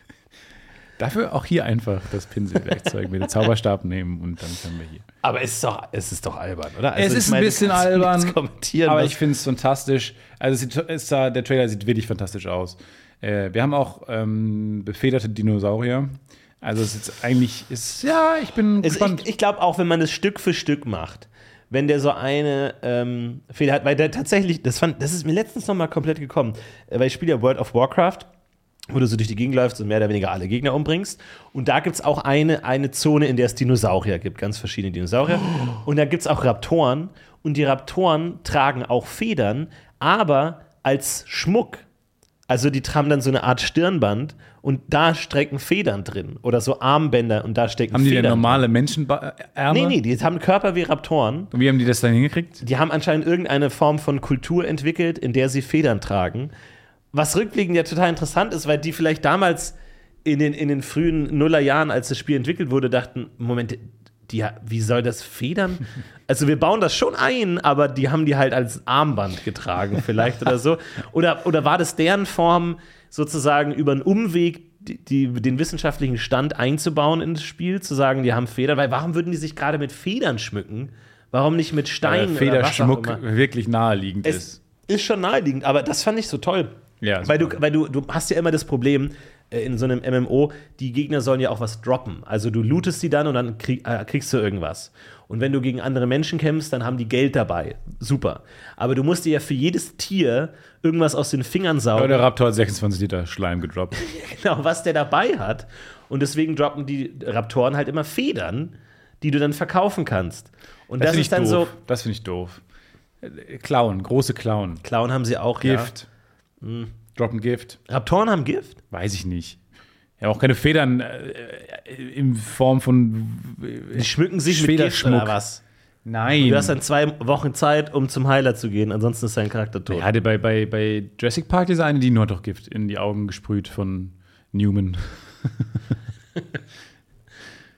Dafür auch hier einfach das Pinselwerkzeug mit dem Zauberstab nehmen und dann können wir hier.
Aber es ist doch, es ist doch albern, oder? Also
es Also ist ein bisschen albern,
Kommentieren,
aber
was-
ich finde es fantastisch. Also es sieht, es sah, der Trailer sieht wirklich fantastisch aus. Äh, wir haben auch ähm, befederte Dinosaurier. Also es ist eigentlich, ist, ja, ich bin
es,
gespannt.
Also ich ich glaube auch, wenn man das Stück für Stück macht, wenn der so eine ähm, Fehler hat, weil der tatsächlich, das, fand, das ist mir letztens nochmal komplett gekommen, äh, weil ich spiele ja World of Warcraft wo du so durch die Gegend läufst und mehr oder weniger alle Gegner umbringst. Und da gibt es auch eine, eine Zone, in der es Dinosaurier gibt, ganz verschiedene Dinosaurier. Und da gibt es auch Raptoren. Und die Raptoren tragen auch Federn, aber als Schmuck. Also die haben dann so eine Art Stirnband und da stecken Federn drin oder so Armbänder und da stecken
haben die denn
Federn.
normale Menschenärme?
Nee, nee, die haben Körper wie Raptoren.
Und wie haben die das dann hingekriegt?
Die haben anscheinend irgendeine Form von Kultur entwickelt, in der sie Federn tragen. Was rückblickend ja total interessant ist, weil die vielleicht damals in den, in den frühen Nullerjahren, als das Spiel entwickelt wurde, dachten: Moment, die, wie soll das Federn? Also, wir bauen das schon ein, aber die haben die halt als Armband getragen, vielleicht oder so. Oder, oder war das deren Form, sozusagen über einen Umweg die, die, den wissenschaftlichen Stand einzubauen ins Spiel, zu sagen, die haben Federn? Weil warum würden die sich gerade mit Federn schmücken? Warum nicht mit
Weil
Steinen?
der
oder was auch
Äh, Federschmuck
immer?
wirklich naheliegend
Es
ist.
ist schon naheliegend, aber das fand ich so toll.
Ja,
weil du,
super.
weil du, du hast ja immer das Problem äh, in so einem MMO, die Gegner sollen ja auch was droppen. Also du lootest die dann und dann krieg, äh, kriegst du irgendwas. Und wenn du gegen andere Menschen kämpfst, dann haben die Geld dabei. Super. Aber du musst dir ja für jedes Tier irgendwas aus den Fingern saugen
Aber der Raptor hat 26 Liter Schleim gedroppt.
genau, was der dabei hat. Und deswegen droppen die Raptoren halt immer Federn, die du dann verkaufen kannst. Und das,
find ich
ist dann
doof.
so.
Das finde ich doof. Äh, Klauen, große Klauen.
Clown haben sie auch
Gift. Droppen Gift.
Ja. Raptoren haben Gift?
Hm. Weiß ich nicht. Ja, auch keine Federn äh, in Form von.
Die schmücken sich
Federschmuck.
mit Gift oder was?
Nein.
Du hast dann zwei Wochen Zeit, um zum Heiler zu gehen, ansonsten ist dein Charakter tot.
er hatte bei, bei, bei Jurassic Park diese eine, die nur doch Gift in die Augen gesprüht von Newman.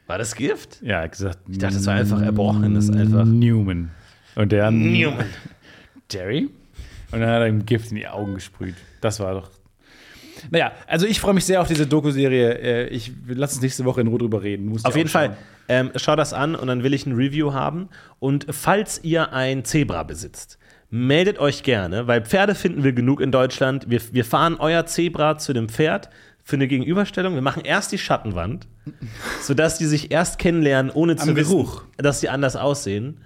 War das Gift?
Ja, er hat gesagt. Ich
dachte, es war einfach erbrochenes einfach.
Newman. Und der
Newman.
Jerry. Und dann hat er ihm Gift in die Augen gesprüht. Das war doch. Naja, also ich freue mich sehr auf diese Doku-Serie. Äh, Ich lass uns nächste Woche in Ruhe drüber reden. Muss die
Auf jeden
anschauen.
Fall, ähm, schau das an und dann will ich ein Review haben. Und falls ihr ein Zebra besitzt, meldet euch gerne, weil Pferde finden wir genug in Deutschland. Wir, wir fahren euer Zebra zu dem Pferd für eine Gegenüberstellung. Wir machen erst die Schattenwand, sodass die sich erst kennenlernen, ohne zu
Am Geruch.
wissen, dass sie anders aussehen.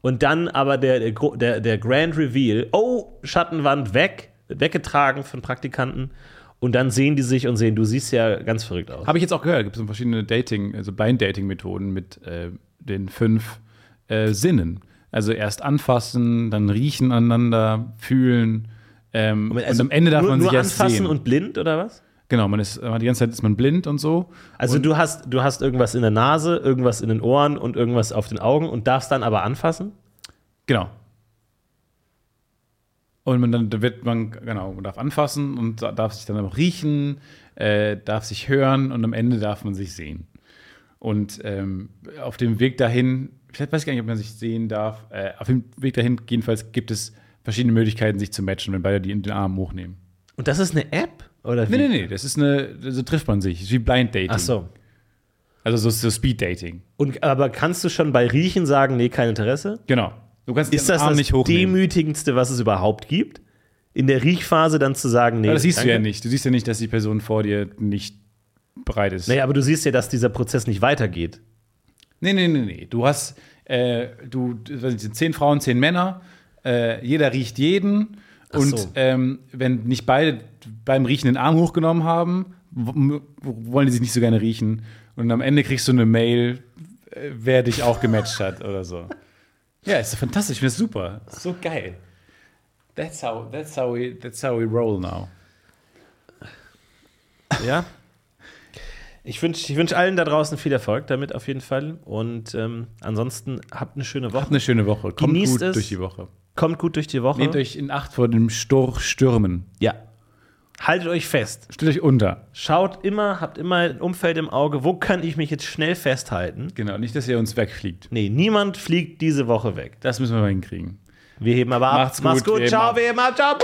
Und dann aber der, der, Gro- der, der Grand Reveal, oh, Schattenwand weg, wird weggetragen von Praktikanten. Und dann sehen die sich und sehen, du siehst ja ganz verrückt aus.
Habe ich jetzt auch gehört, gibt es verschiedene Dating, also Blind-Dating-Methoden mit äh, den fünf äh, Sinnen. Also erst anfassen, dann riechen aneinander, fühlen. Ähm, und, am Ende darf
also nur,
man
nur
sich erst
anfassen
sehen.
und blind oder was?
genau, man ist, die ganze Zeit ist man blind und so.
Also du hast du hast irgendwas in der Nase, irgendwas in den Ohren und irgendwas auf den Augen und darfst dann aber anfassen?
Genau. Und man, dann wird man, genau, man darf anfassen und da- darf sich dann auch riechen, äh, darf sich hören und am Ende darf man sich sehen. Und ähm, auf dem Weg dahin, vielleicht weiß ich gar nicht, ob man sich sehen darf, äh, auf dem Weg dahin jedenfalls gibt es verschiedene Möglichkeiten, sich zu matchen, wenn beide die den Arm hochnehmen.
Und das ist eine App oder wie?
Nee, nee, nee, das ist eine, so trifft man sich, das ist wie Blind Dating.
Ach so.
Also so, so Speed Dating.
Und aber kannst du schon bei riechen sagen, nee, kein Interesse?
Genau. Du kannst
Ist das
Arm
das
nicht hochnehmen.
demütigendste, was es überhaupt gibt? In der Riechphase dann zu sagen, nee,
Aber das siehst
danke?
du ja nicht. Du siehst ja nicht, dass die Person vor dir nicht bereit ist.
Naja, aber du siehst ja, dass dieser Prozess nicht weitergeht.
Nee, nee, nee, nee. Du hast, äh, du, du- weiß nicht, zehn Frauen, zehn Männer, äh, jeder riecht jeden. Und
so.
ähm, wenn nicht beide beim Riechen den Arm hochgenommen haben, w- m- wollen die sich nicht so gerne riechen. Und am Ende kriegst du eine Mail, äh, wer dich auch gematcht hat oder so. Ja, ist fantastisch, ich finde das super. So geil. That's how, that's, how we, that's how we roll now.
Ja. Ich wünsche ich wünsch allen da draußen viel Erfolg damit auf jeden Fall. Und ähm, ansonsten habt eine schöne
Habt
Woche.
eine schöne Woche. Kommt
Genießt
gut
es.
durch die Woche.
Kommt gut durch die Woche.
Nehmt euch in Acht vor dem Stor Stürmen.
Ja. Haltet euch fest.
Stellt euch unter.
Schaut immer, habt immer ein Umfeld im Auge. Wo kann ich mich jetzt schnell festhalten?
Genau, nicht, dass ihr uns wegfliegt.
Nee, niemand fliegt diese Woche weg.
Das müssen wir mal hinkriegen.
Wir heben aber ab.
Macht's gut,
Macht's gut.
wir heben
Ciao,
ab.
wir heben ab. Ciao.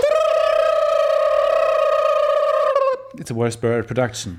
It's a Worst Bird Production.